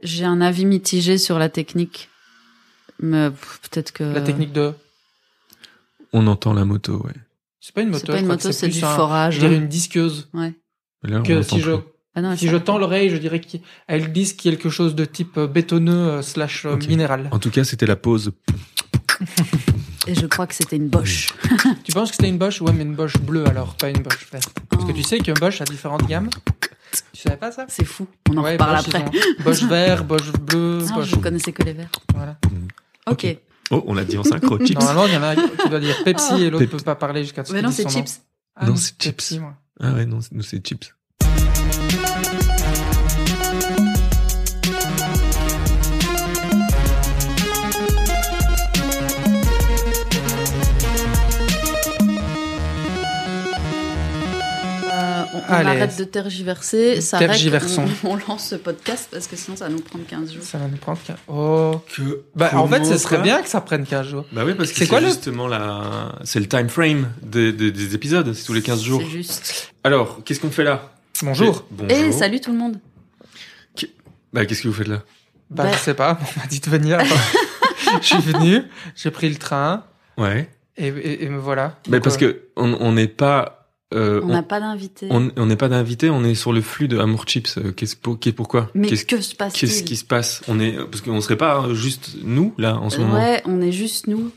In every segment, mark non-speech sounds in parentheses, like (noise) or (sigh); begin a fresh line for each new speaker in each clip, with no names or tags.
J'ai un avis mitigé sur la technique. Mais pff, peut-être que.
La technique de.
On entend la moto, ouais.
C'est pas une moto.
C'est pas
je
une
crois que
moto, c'est
plus
du
un-
forage.
Je dirais une disqueuse.
Ouais.
Mais Là, on
Que
l'entend
si je,
plus.
Ah non,
si
ça-
je tends l'oreille, je dirais qu'elle glisse quelque chose de type euh, bétonneux euh, slash euh,
Ok. (laughs)
minéral.
En tout cas, c'était la pause.
Et je crois que c'était une Bosch.
Tu penses que c'était une Bosch Ouais, mais une Bosch bleue alors, pas une Bosch verte. Parce
Oh.
que tu sais que Bosch a différentes gammes. Tu savais pas ça
C'est fou. On en
Ouais,
reparle
Bosch, ils
après.
ont
(laughs)
Bosch vert, Bosch bleu,
Ah,
Bosch.
je connaissais que les verts.
Voilà.
Ok.
Ok. Oh, on
(laughs)
l'a dit en synchro. Chips.
Normalement, il y en a qui doit dire Pepsi et l'autre
Pep-
peut pas parler jusqu'à ce
Ah. Mais
qu'il
non,
dise
c'est
son nom.
chips.
Ah
Non, c'est chips.
Pepsi, moi.
Ah ouais, non, c'est- nous, c'est chips.
Euh, on on
Allez.
arrête de tergiverser. Ça arrête,
Tergiversons.
On, on lance ce podcast parce que sinon ça va nous prendre 15 jours.
Ça va nous prendre. qu'un- Oh.
Que.
Bah, en fait, ce serait bien que ça prenne 15 jours.
Bah oui, parce que
C'est
c'est
quoi le-
justement la. C'est le time frame des, des- des épisodes. C'est tous les 15 jours.
C'est juste.
Alors, qu'est-ce qu'on fait là
Bonjour.
Bonjour.
Eh, salut tout le monde.
Bah, qu'est-ce que vous faites là
Bah,
Bah.
je sais pas, (laughs) on m'a dit de venir. je suis venu, j'ai pris le train
Ouais.
et, et- et me voilà.
Mais
Donc,
Bah, parce
euh,
que on on n'est pas. euh,
On
on-
n'a pas d'invité.
on on n'est pas d'invité, on est sur le flux de Amour Chips. Euh, Qu'est-ce pour- qu'est- pourquoi
Mais
Qu'est-ce
que se passe-t-il
qu'est-ce qui se passe On est parce qu'on serait pas euh, juste nous là en ce moment.
Ouais, on est juste nous.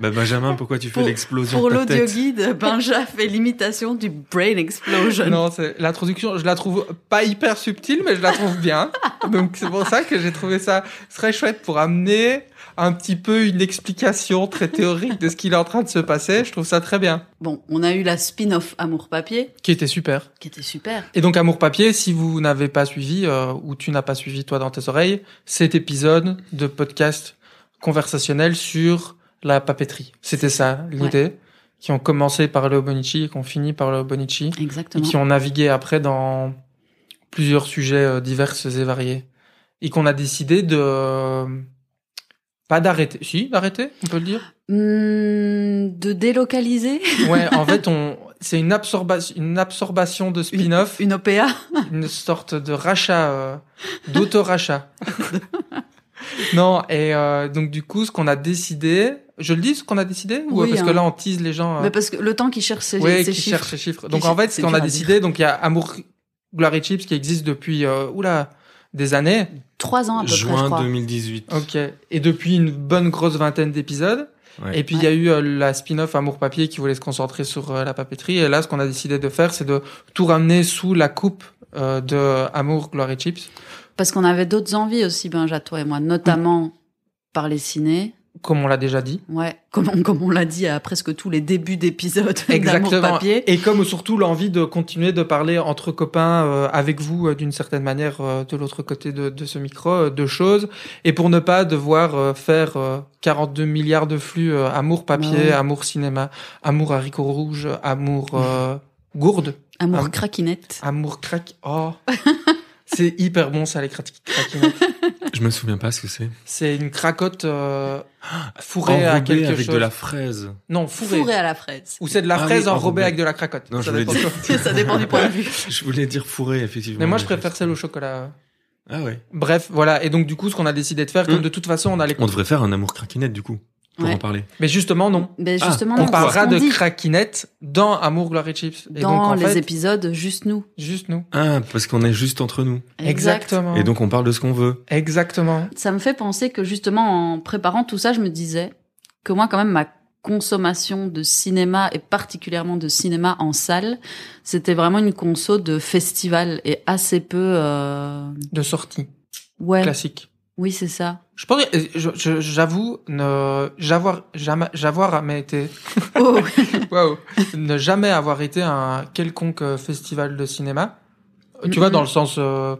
Bah Benjamin, pourquoi tu fais
Pour-
l'explosion
Pour
de ta
l'audio
tête
guide, Benja fait l'imitation du Brain Explosion.
euh, Non, c'est l'introduction, je la trouve pas hyper subtile, mais je la trouve bien. Donc c'est pour ça que j'ai trouvé ça très chouette pour amener un petit peu une explication très théorique de ce qu'il est en train de se passer. Je trouve ça très bien.
Bon, on a eu la spin-off Amour Papier,
Qui était super.
qui était super.
Et donc Amour Papier, si vous n'avez pas suivi euh, ou tu n'as pas suivi toi dans tes oreilles, cet épisode de podcast conversationnel sur la papeterie. C'était ça l'idée. Qui ont commencé par Léo Bonici et qui ont fini par Léo Bonici. et
Exactement.
qui ont navigué après dans plusieurs sujets euh, divers et variés et qu'on a décidé de euh, pas d'arrêter si d'arrêter on peut
(laughs)
le dire
Hmm, de délocaliser
ouais en fait on c'est une absorbation une absorbation de spin-off
une OPA.
une sorte de rachat euh,
(laughs)
d'auto-rachat non et euh, donc du coup ce qu'on a décidé je le dis ce qu'on a décidé ou
Oui,
parce que
hein.
là on tease les gens euh,
Mais parce que le temps qu'ils cherchent ces,
Ouais,
ces
qui
chiffres.
cherche ces chiffres. Donc
Qui
en fait,
cherche-
ce
c'est
qu'on
dur
a
à
décidé, donc il y a Amour Glory Chips qui existe depuis euh, oula des années.
Trois ans à peu près, je
Juin
crois.
2018.
Ok. Et depuis une bonne grosse vingtaine d'épisodes.
Ouais.
Et puis il y a eu euh, la spin-off Amour Papier qui voulait se concentrer sur euh, la papeterie. Et là, ce qu'on a décidé de faire, c'est de tout ramener sous la coupe euh, de Amour Glory Chips.
Parce qu'on avait d'autres envies aussi, Benja, toi et moi, notamment par les ciné.
Comme on l'a déjà dit.
Ouais, (laughs) comme on, comme on l'a dit à presque tous les débuts d'épisodes d'Amour
Exactement.
Papier.
Et comme surtout l'envie de continuer de parler entre copains euh, avec vous euh, d'une certaine manière euh, de l'autre côté de, de ce micro euh, de choses et pour ne pas devoir euh, faire euh, 42 milliards de flux euh, amour papier,
Bah ouais.
amour cinéma, amour haricot rouge, amour
(laughs)
euh, gourde,
Amour
Am-
craquinette.
amour crack.
(laughs)
Oh. C'est hyper bon ça les crack craquinettes.
Je me souviens pas ce que c'est.
C'est une cracotte euh, (gasps) fourrée à
Enrobé
quelque
avec
chose.
de la fraise. (laughs)
Non, fourrée.
Fourré à la fraise. (laughs)
Ou c'est de la
Ah oui,
fraise enrobée
enrobée.
avec de la cracotte.
Non,
Ça
je voulais
dépend
dire-
quoi.
Ça dépend du point de vue.
Je voulais dire fourré effectivement.
Mais moi je préfère celle au chocolat.
Ah ouais.
Bref, voilà. Et donc, du coup, ce qu'on a décidé de faire, comme
Hmm.
de toute façon, on allait.
On devrait faire un amour craquinette du coup pour
Ouais.
en parler.
Mais justement, non.
Mais
Ah,
justement,
On
non, c'est
parlera
ce qu'on
de
dit.
craquinette dans Amour, Glory Chips. Et donc,
dans
en
les
fait,
épisodes juste nous.
juste nous.
Ah parce qu'on est juste entre nous
Exactement.
et donc on parle de ce qu'on veut.
Exactement.
Ça me fait penser que justement en préparant tout ça, je me disais que moi quand même ma consommation de cinéma et particulièrement de cinéma en salle, c'était vraiment une conso de festival et assez peu euh,
De sortie.
ouais,
Classique.
oui, c'est ça.
Je pense, euh, je- je- j'avoue, ne, j'avoir, jamais, j'avoir, mais été,
Oh, (laughs)
waouh, (laughs) ne jamais avoir été à un quelconque euh, festival de cinéma. Euh, Tu
Mhm.
vois, dans le sens, euh,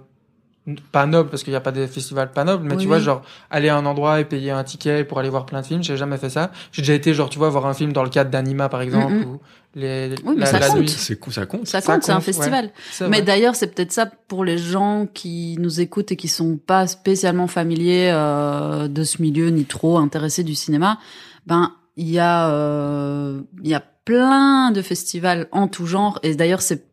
n- pas noble, parce qu'il n'y a pas des festivals pas nobles, mais
Oui,
tu vois,
oui.
genre, aller à un endroit et payer un ticket pour aller voir plein de films, j'ai jamais fait ça. J'ai déjà été, genre, tu vois, voir un film dans le cadre d'Anima, par exemple,
Mhm.
ou les,
Oui, mais
la,
ça
la
compte.
nuit.
C'est con- ça compte.
ça
Ça
compte, c'est un
compte, ouais.
festival.
Ça,
Mais
ouais.
d'ailleurs, c'est peut-être ça pour les gens qui nous écoutent et qui sont pas spécialement familiers euh, de ce milieu ni trop intéressés du cinéma. Ben, il y a euh, il y a plein de festivals en tout genre et d'ailleurs c'est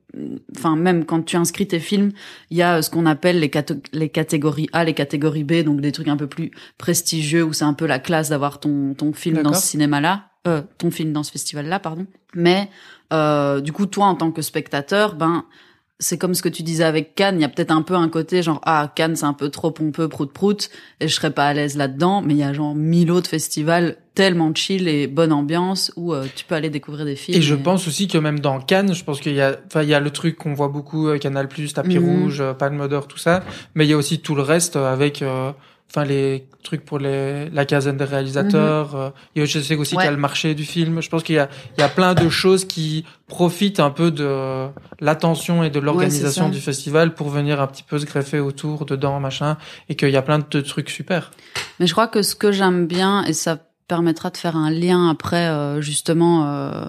enfin même quand tu inscris tes films, il y a ce qu'on appelle les, les catégories A, les catégories B, donc des trucs un peu plus prestigieux où c'est un peu la classe d'avoir ton ton film dans ce cinéma-là, euh, ton film dans ce festival-là, pardon. Mais euh, du coup, toi en tant que spectateur, ben c'est comme ce que tu disais avec Cannes, il y a peut-être un peu un côté genre ah Cannes c'est un peu trop pompeux prout prout et je serais pas à l'aise là-dedans, mais il y a genre mille autres festivals tellement chill et bonne ambiance où euh, tu peux aller découvrir des films.
Et, je pense aussi que même dans Cannes, je pense qu'il y a enfin il y a le truc qu'on voit beaucoup euh, Canal Plus, tapis mmh. rouge, euh, Palme d'Or tout ça, mais il y a aussi tout le reste euh, avec enfin les trucs pour les la quinzaine des réalisateurs mmh. euh, et je sais aussi ouais. qu'il y a le marché du film je pense qu'il y a il y a plein de choses qui profitent un peu de l'attention et de l'organisation ouais, du festival pour venir un petit peu se greffer autour dedans machin et qu'il y a plein de trucs super
mais je crois que ce que j'aime bien et ça permettra de faire un lien après euh, justement euh,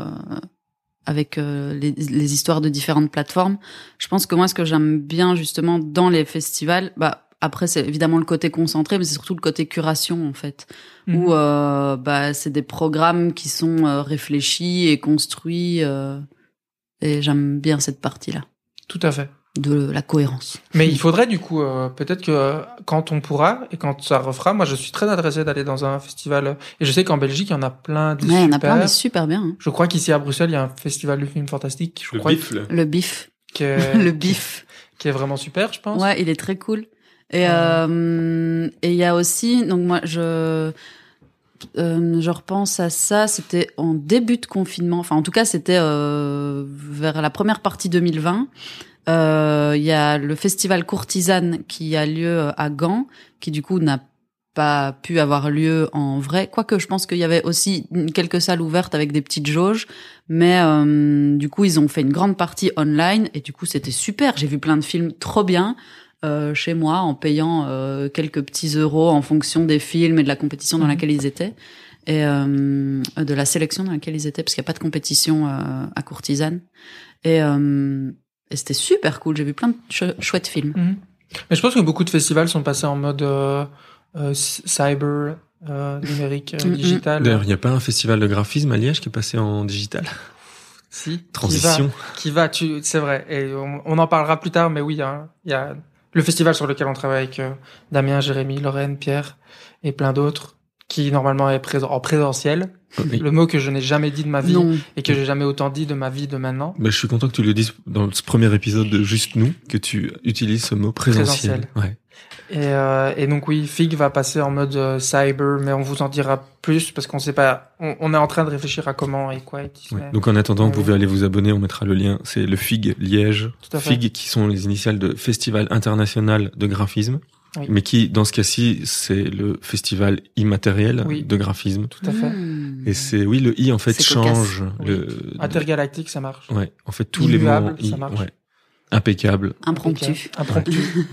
avec euh, les, les histoires de différentes plateformes. Je pense que moi, ce que j'aime bien justement dans les festivals, bah après, c'est évidemment le côté concentré, mais c'est surtout le côté curation en fait, mmh. où euh, bah, c'est des programmes qui sont euh, réfléchis et construits. Euh, et j'aime bien cette partie-là.
Tout à fait.
De la cohérence.
Mais il faudrait du coup, euh, peut-être que quand on pourra et quand ça refera, moi je suis très adressé d'aller dans un festival. Et je sais qu'en Belgique, il y en a plein de
ouais,
super.
il y en a plein de super bien. Hein.
Je crois qu'ici à Bruxelles, il y a un festival de films fantastiques. Je
le
crois
bif, là.
Le bif.
Qui est...
(laughs) le bif.
Qui est vraiment super, je pense.
Ouais, il est très cool. Et euh, et il y a aussi donc moi je euh, je repense à ça, c'était en début de confinement, enfin en tout cas c'était euh, vers la première partie 2020. Euh, Il y a le festival Courtisane qui a lieu euh, à Gand, qui du coup n'a pas pu avoir lieu en vrai, quoique je pense qu'il y avait aussi quelques salles ouvertes avec des petites jauges, mais euh, du coup ils ont fait une grande partie online et du coup c'était super, j'ai vu plein de films trop bien. Euh, chez moi en payant euh, quelques petits euros en fonction des films et de la compétition dans mmh. laquelle ils étaient et euh, de la sélection dans laquelle ils étaient parce qu'il n'y a pas de compétition euh, à courtisane et, euh, et c'était super cool j'ai vu plein de ch chouettes films mmh.
Mhm. mais je pense que beaucoup de festivals sont passés en mode euh, cyber numérique
Mm,
mmh. digital
d'ailleurs il n'y a pas un festival de graphisme à Liège qui est passé en digital
si
transition
qui va, qui va tu c'est vrai et on, on, en parlera plus tard mais oui il hein, y a le festival sur lequel on travaille avec euh, Damien, Jérémy, Lorraine, Pierre et plein d'autres qui normalement est présent en présentiel. Oui. Le mot que je n'ai jamais dit de ma vie non. et que j'ai jamais autant dit de ma vie de maintenant.
Bah, je suis content que tu le dises dans ce premier épisode de Juste nous que tu utilises ce mot présentiel. présentiel. Ouais.
Et, euh, et, donc oui, Fig va passer en mode euh, cyber, mais on vous en dira plus parce qu'on sait pas. On, on, est en train de réfléchir à comment et quoi. Et
ouais. Donc en attendant, ouais. vous pouvez aller vous abonner. On mettra le lien. C'est le Fig Liège. Fig qui sont les initiales de Festival international de graphisme. Oui. mais qui, dans ce cas-ci, c'est le festival immatériel oui. de graphisme.
Tout à fait.
Mm.
Mmh. Et c'est, oui, le i en fait change. Oui. Le,
Intergalactique, ça marche.
Ouais, en fait tous Immuable, les mots. Ça i, marche. Ouais. Impeccable.
Impromptu.
Impromptu.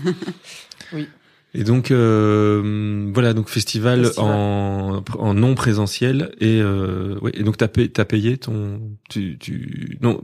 oui.
Et donc euh, voilà donc festival, festival. En, en non présentiel et euh, ouais, et donc t'as payé, as payé ton tu tu non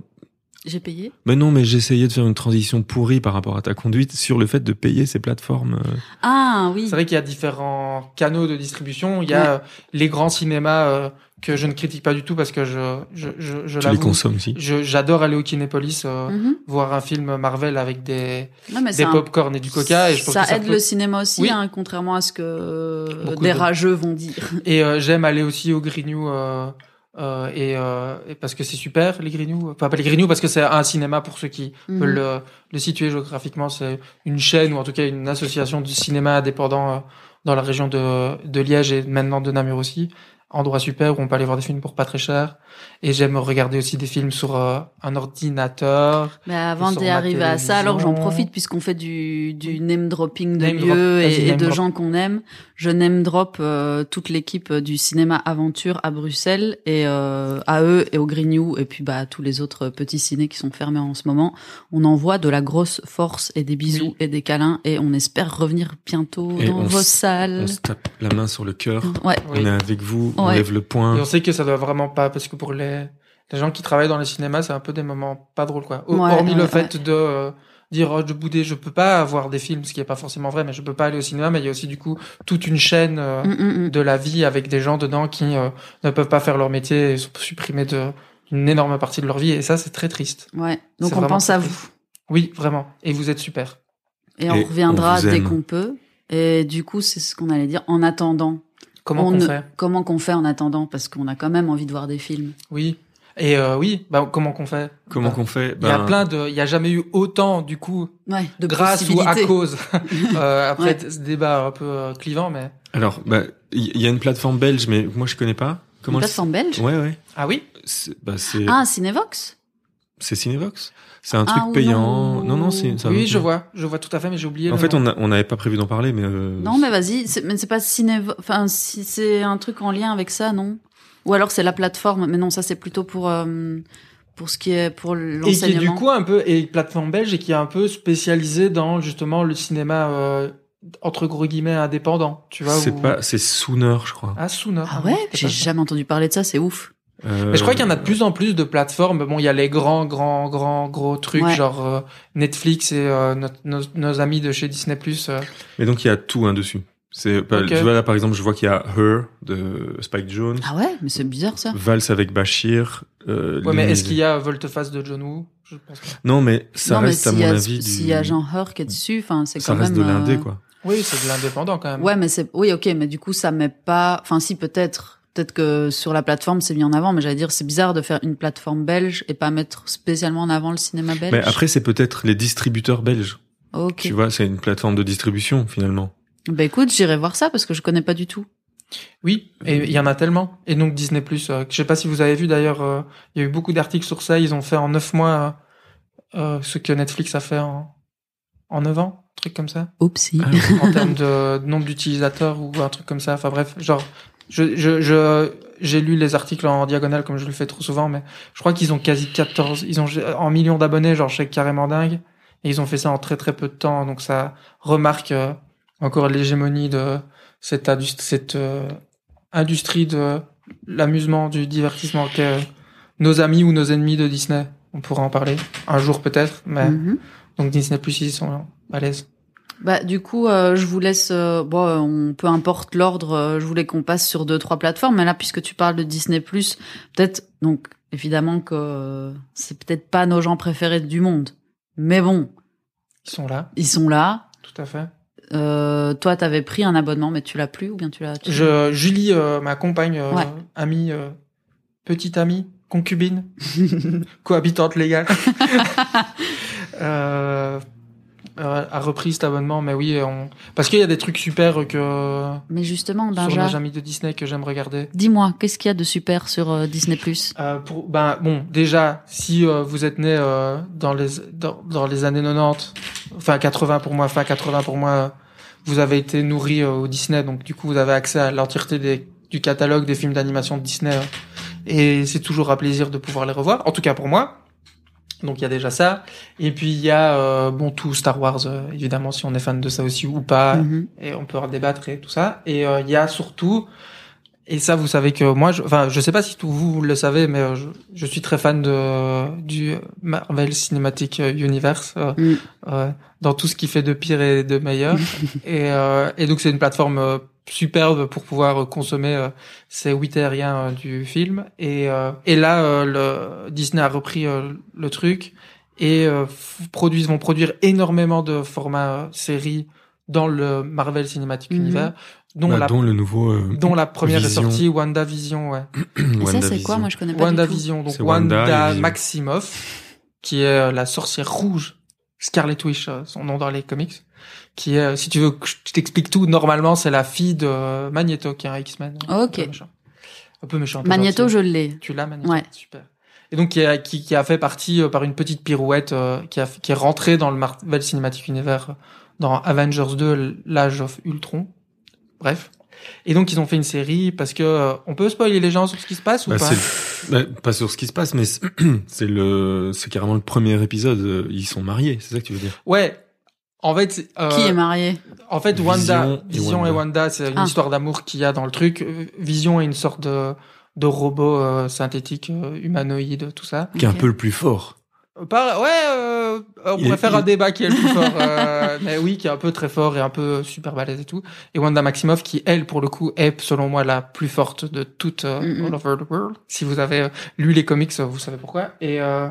j'ai payé
Mais non, mais j'essayais de faire une transition pourrie par rapport à ta conduite sur le fait de payer ces plateformes. euh,
Ah oui.
C'est vrai qu'il y a différents canaux de distribution. Il y a ouais. les grands cinémas euh, que je ne critique pas du tout parce que je je je, je
tu les consommes aussi.
J'adore aller au Kinépolis euh,
Mhm.
mm -hmm. voir un film Marvel avec des non, mais des un... popcorn et du coca et je pense
ça,
que ça
aide
peut...
le cinéma aussi oui. hein, contrairement à ce que euh, des de... rageux vont dire.
(laughs) Et euh, j'aime aller aussi au Grignou. Euh, et, euh, et, parce que c'est super les Grignoux enfin pas les Grignoux parce que c'est un cinéma pour ceux qui
Mm.
mmh. veulent le, le, situer géographiquement c'est une chaîne ou en tout cas une association du cinéma indépendant euh, dans la région de, de Liège et maintenant de Namur aussi endroit super où on peut aller voir des films pour pas très cher et j'aime regarder aussi des films sur euh, un ordinateur
mais avant d'y arriver à ça alors j'en profite puisqu'on fait du, du name dropping de name lieux drop, et, et, de gens qu'on aime je name drop euh, toute l'équipe du cinéma Aventure à Bruxelles et euh, à eux et au Grignou et puis bah à tous les autres petits ciné qui sont fermés en ce moment. On envoie de la grosse force et des bisous oui. et des câlins et on espère revenir bientôt et dans vos salles.
On se tape la main sur le cœur.
Ouais.
On Mm. oui. est avec vous, on ouais. lève le poing.
Et on sait que ça doit vraiment pas parce que pour les, les gens qui travaillent dans les cinémas, c'est un peu des moments pas drôles quoi. O ouais, hormis le fait de euh, dire oh, je boudais, je peux pas voir des films, ce qui est pas forcément vrai, mais je peux pas aller au cinéma. Mais il y a aussi du coup toute une chaîne euh, mm, mm, mm. de la vie avec des gens dedans qui euh, ne peuvent pas faire leur métier et sont supprimés de une énorme partie de leur vie et ça c'est très triste.
mm. Ouais. Donc on pense à vous.
Oui, vraiment. Et vous êtes super.
Et, et on reviendra on dès qu'on peut. Et du coup, c'est ce qu'on allait dire. En attendant,
comment on,
on
fait
Comment qu'on fait en attendant Parce qu'on a quand même envie de voir des films.
Oui. Et euh, oui, bah comment qu'on fait
Comment bah, qu'on fait
Il ben... y a plein de, il y a jamais eu autant du coup,
ouais, de
grâce ou à cause. (laughs) euh, après ouais. ce débat un peu euh, clivant, mais.
Alors, il bah, y a une plateforme belge, mais moi je connais pas.
Comment une plateforme belge
Ouais, ouais.
Ah oui.
Bah,
ah Cinevox.
C'est Cinevox. C'est un ah, truc payant. Non, non, non c'est.
Oui, je vois, je vois tout à fait, mais j'ai oublié.
En
le
fait,
nom.
on n'avait pas prévu d'en parler, mais. Euh...
Non, mais vas-y, mais c'est pas Cinevox. Enfin, si c'est un truc en lien avec ça, non. Ou alors c'est la plateforme, mais non, ça c'est plutôt pour euh, pour ce qui est pour l'enseignement.
Et qui est du coup un peu et plateforme belge et qui est un peu spécialisée dans justement le cinéma euh, entre gros guillemets indépendant, tu vois.
C'est
où...
pas, c'est Sooner, je crois.
Ah Sooner.
Ah ouais, j'ai jamais entendu parler de ça, c'est ouf.
Euh... Mais je crois qu'il y en a de plus en plus de plateformes. Bon, il y a les grands, grands, grands, gros trucs ouais. genre euh, Netflix et nos, nos, nos, amis de chez Disney+. euh.
Mais donc il y a tout hein, dessus. C'est okay. tu vois là par exemple, je vois qu'il y a Her de Spike Jones.
Ah ouais, mais c'est bizarre ça.
Valse avec Bachir.
Euh, ouais, mais est-ce qu'il y a Volteface de John Woo
je pense pas. Non, mais ça non, reste mais
si
à mon avis.
S'il du... y a Jean Her qui est dessus, enfin c'est quand
même. Ça reste
même, euh,
de l'indé quoi.
Oui, c'est de l'indépendant quand même.
Ouais, mais c'est oui, ok, mais du coup ça met pas. Enfin si peut-être. Peut-être que sur la plateforme, c'est mis en avant, mais j'allais dire, c'est bizarre de faire une plateforme belge et pas mettre spécialement en avant le cinéma belge.
Mais après, c'est peut-être les distributeurs belges.
Ok.
Tu vois, c'est une plateforme de distribution finalement.
Bah écoute, j'irai voir ça parce que je connais pas du tout.
Oui, et il y en a tellement. Et donc Disney Plus, euh, je sais pas si vous avez vu d'ailleurs, il euh, y a eu beaucoup d'articles sur ça. Ils ont fait en neuf mois euh, ce que Netflix a fait en en neuf ans, un truc comme ça.
Oupsie. Ah,
en termes de nombre d'utilisateurs ou un truc comme ça. Enfin bref, genre, je je je j'ai lu les articles en diagonale comme je le fais trop souvent, mais je crois qu'ils ont quasi 14, ils ont en millions d'abonnés, genre c'est carrément dingue. Et ils ont fait ça en très très peu de temps, donc ça remarque euh, encore l'hégémonie de cette, industrie, cette euh, industrie de l'amusement, du divertissement que euh, nos amis ou nos ennemis de Disney. On pourra en parler un jour peut-être,
(laughs)
mais
Mhm.
mm -hmm. donc Disney Plus ils sont à l'aise.
Bah du coup euh, je vous laisse bon euh, on, peu importe l'ordre euh, je voulais qu'on passe sur deux trois plateformes mais là puisque tu parles de Disney Plus peut-être donc évidemment que euh, c'est peut-être pas nos gens préférés du monde mais bon
ils sont là
ils sont là
tout à fait
euh, toi, t'avais pris un abonnement, mais tu l'as plus ou bien tu l'as.
Je Julie, euh, ma compagne, euh, ouais. amie, petite amie, concubine, (laughs) cohabitante (laughs) légale, euh, a repris cet abonnement. Mais oui, on... parce qu'il y a des trucs super que.
Mais justement,
ben sur nos amis de Disney que j'aime regarder.
Dis-moi, qu'est-ce qu'il y a de super sur euh, Disney Plus
pour... Ben bon, déjà, si euh, vous êtes né dans les dans, dans les années 90 enfin 80 pour moi, fin 80 pour moi, vous avez été nourri euh, au Disney, donc du coup vous avez accès à l'entièreté des, du catalogue des films d'animation de Disney, euh, et c'est toujours un plaisir de pouvoir les revoir, en tout cas pour moi. Donc il y a déjà ça, et puis il y a euh, bon tout Star Wars euh, évidemment si on est fan de ça aussi ou pas, mm
Mhm.
-hmm. et on peut en débattre et tout ça. Et euh, il y a surtout et ça, vous savez que moi, je, enfin, je sais pas si tout vous le savez, mais euh, je, je suis très fan de du Marvel Cinematic Universe, euh, mm. euh, dans tout ce qui fait de pire et de meilleur. et, euh, et donc, c'est une plateforme euh, superbe pour pouvoir consommer euh, ces huit aériens du film. Et, euh, et là, le, Disney a repris euh, le truc et euh, produisent vont produire énormément de formats euh, séries dans le Marvel Cinematic mm. Universe
dont, bah, la, dont le nouveau euh, (clears throat)
dont la première Vision. est sortie Wanda Vision ouais.
Et ça c'est quoi moi je connais pas
Wanda
du tout.
Vision donc Wanda, Wanda Maximoff qui est euh, la sorcière rouge Scarlet Witch euh, son nom dans les comics qui est euh, si tu veux que je t'explique tout normalement c'est la fille de euh, Magneto qui est un X-Men.
OK.
Un peu méchant.
Magneto gentil. je l'ai.
Tu l'as Magneto
ouais.
super. Et donc qui a, qui, qui a fait partie euh, par une petite pirouette euh, qui, a, qui est rentrée dans le Marvel Cinematic Universe euh, dans Avengers 2 l'âge of Ultron bref. Et donc ils ont fait une série parce que euh, on peut spoiler les gens sur ce qui se passe ou
bah,
pas
bah, Pas sur ce qui se passe, mais c'est (clears throat) le, c'est carrément le premier épisode. euh, Ils sont mariés, c'est ça que tu veux dire
Ouais. En fait,
euh, qui est marié
En fait, Wanda, Vision, Vision et Wanda, Wanda c'est une ah. histoire d'amour qu'il y a dans le truc. Vision est une sorte de de robot euh, synthétique humanoïde, tout ça.
Qui est okay. un peu le plus fort.
Par... Ouais, euh, on pourrait faire un débat qui est le plus fort. (laughs) euh, mais oui, qui est un peu très fort et un peu super balèze et tout. Et Wanda Maximoff, qui elle, pour le coup, est selon moi la plus forte de toute euh,
Mm, mm.
All Over the World. Si vous avez euh, lu les comics, vous savez pourquoi. Et, euh,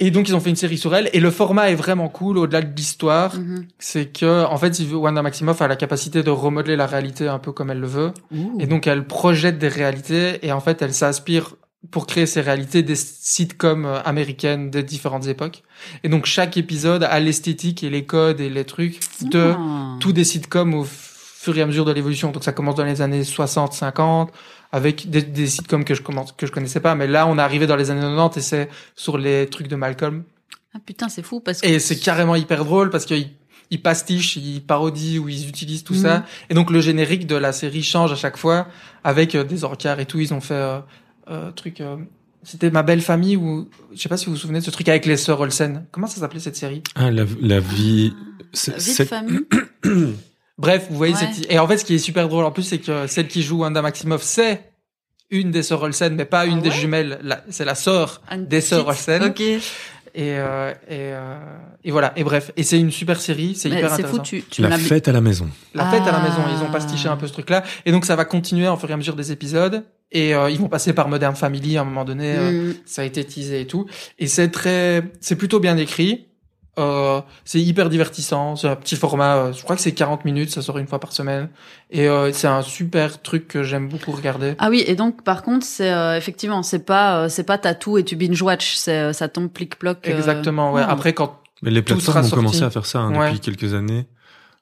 et donc, ils ont fait une série sur elle. Et le format est vraiment cool, au-delà de l'histoire.
Mhm.
C'est que, en fait, si- Wanda Maximoff a la capacité de remodeler la réalité un peu comme elle le veut.
Ouh.
Et donc elle projette des réalités et en fait elle s'inspire pour créer ces réalités des sitcoms euh, américaines des différentes époques. Et donc chaque épisode a l'esthétique et les codes et les trucs de
Ah.
tous des sitcoms au f- fur et à mesure de l'évolution. Donc ça commence dans les années 60, 50 avec des, des sitcoms que je commence, que je connaissais pas, mais là on est arrivé dans les années 90 et c'est sur les trucs de Malcolm.
Ah, putain, c'est fou parce que.
Et c'est carrément hyper drôle parce qu'ils ils pastichent, ils parodient ou ils utilisent tout
Mhm.
ça. Et donc le générique de la série change à chaque fois avec euh, des orcars et tout. Ils ont fait euh, euh, truc. euh, c'était ma belle famille ou je sais pas si vous vous souvenez de ce truc avec les sœurs Olsen. Comment ça s'appelait cette série
Ah, la, la vie.
Ah,
c'est-
La vie de
c'est-
Euh,
(clears throat)
famille.
Bref, vous voyez.
Ouais.
cette- Et en fait, ce qui est super drôle en plus, c'est que celle qui joue Wanda Maximoff, c'est une des sœurs Olsen, mais pas une
Ah
des
ouais
jumelles. La- C'est la sœur
Ah, une
des sœurs
petite.
Olsen.
Ok.
Et, euh, et, euh, et voilà. Et bref. Et c'est une super série. C'est
Mais
hyper
Bah, C'est
intéressant.
fou, tu, tu me
La
l'as
fête à la maison.
la fête à la
Ah.
maison. Ils ont pastiché un peu ce truc-là. Et donc, ça va continuer en fur et à mesure des épisodes. Et euh, ils vont passer par Modern Family à un moment donné. euh,
Mm.
ça a été teasé et tout. Et c'est très, c'est plutôt bien écrit. Euh, c'est hyper divertissant. C'est un petit format. euh, je crois que c'est 40 minutes. Ça sort une fois par semaine. Et euh, c'est un super truc que j'aime beaucoup regarder.
Ah oui, et donc par contre, c'est euh, effectivement, c'est pas euh, c'est pas tatou et tu binge watch, c'est euh, ça tombe plic ploc. euh,
Exactement. Ouais.
hmm.
Après, quand
Mais les
Tout
plateformes ont
sera sorti.
commencé à faire ça hein,
Ouais.
depuis quelques années.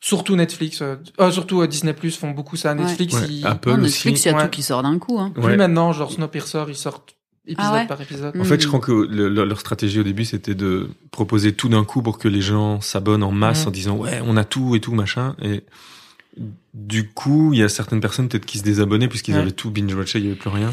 surtout Netflix, euh, euh, surtout euh, Disney Plus font beaucoup ça.
Ouais.
Netflix,
Ouais,
ils-
Apple
Non,
aussi.
Netflix, il y a
Ouais.
tout qui sort d'un coup. Hein.
plus
Ouais.
maintenant, genre Snowpiercer, ils sortent épisode
Ah ouais
par épisode.
En fait, je
Hmm.
crois que le- le- leur stratégie au début, c'était de proposer tout d'un coup pour que les gens s'abonnent en masse
Mhm.
en disant ouais, on a tout et tout machin. Et du coup, il y a certaines personnes peut-être qui se désabonnaient puisqu'ils
Ouais.
avaient tout binge watché, il n'y avait plus rien.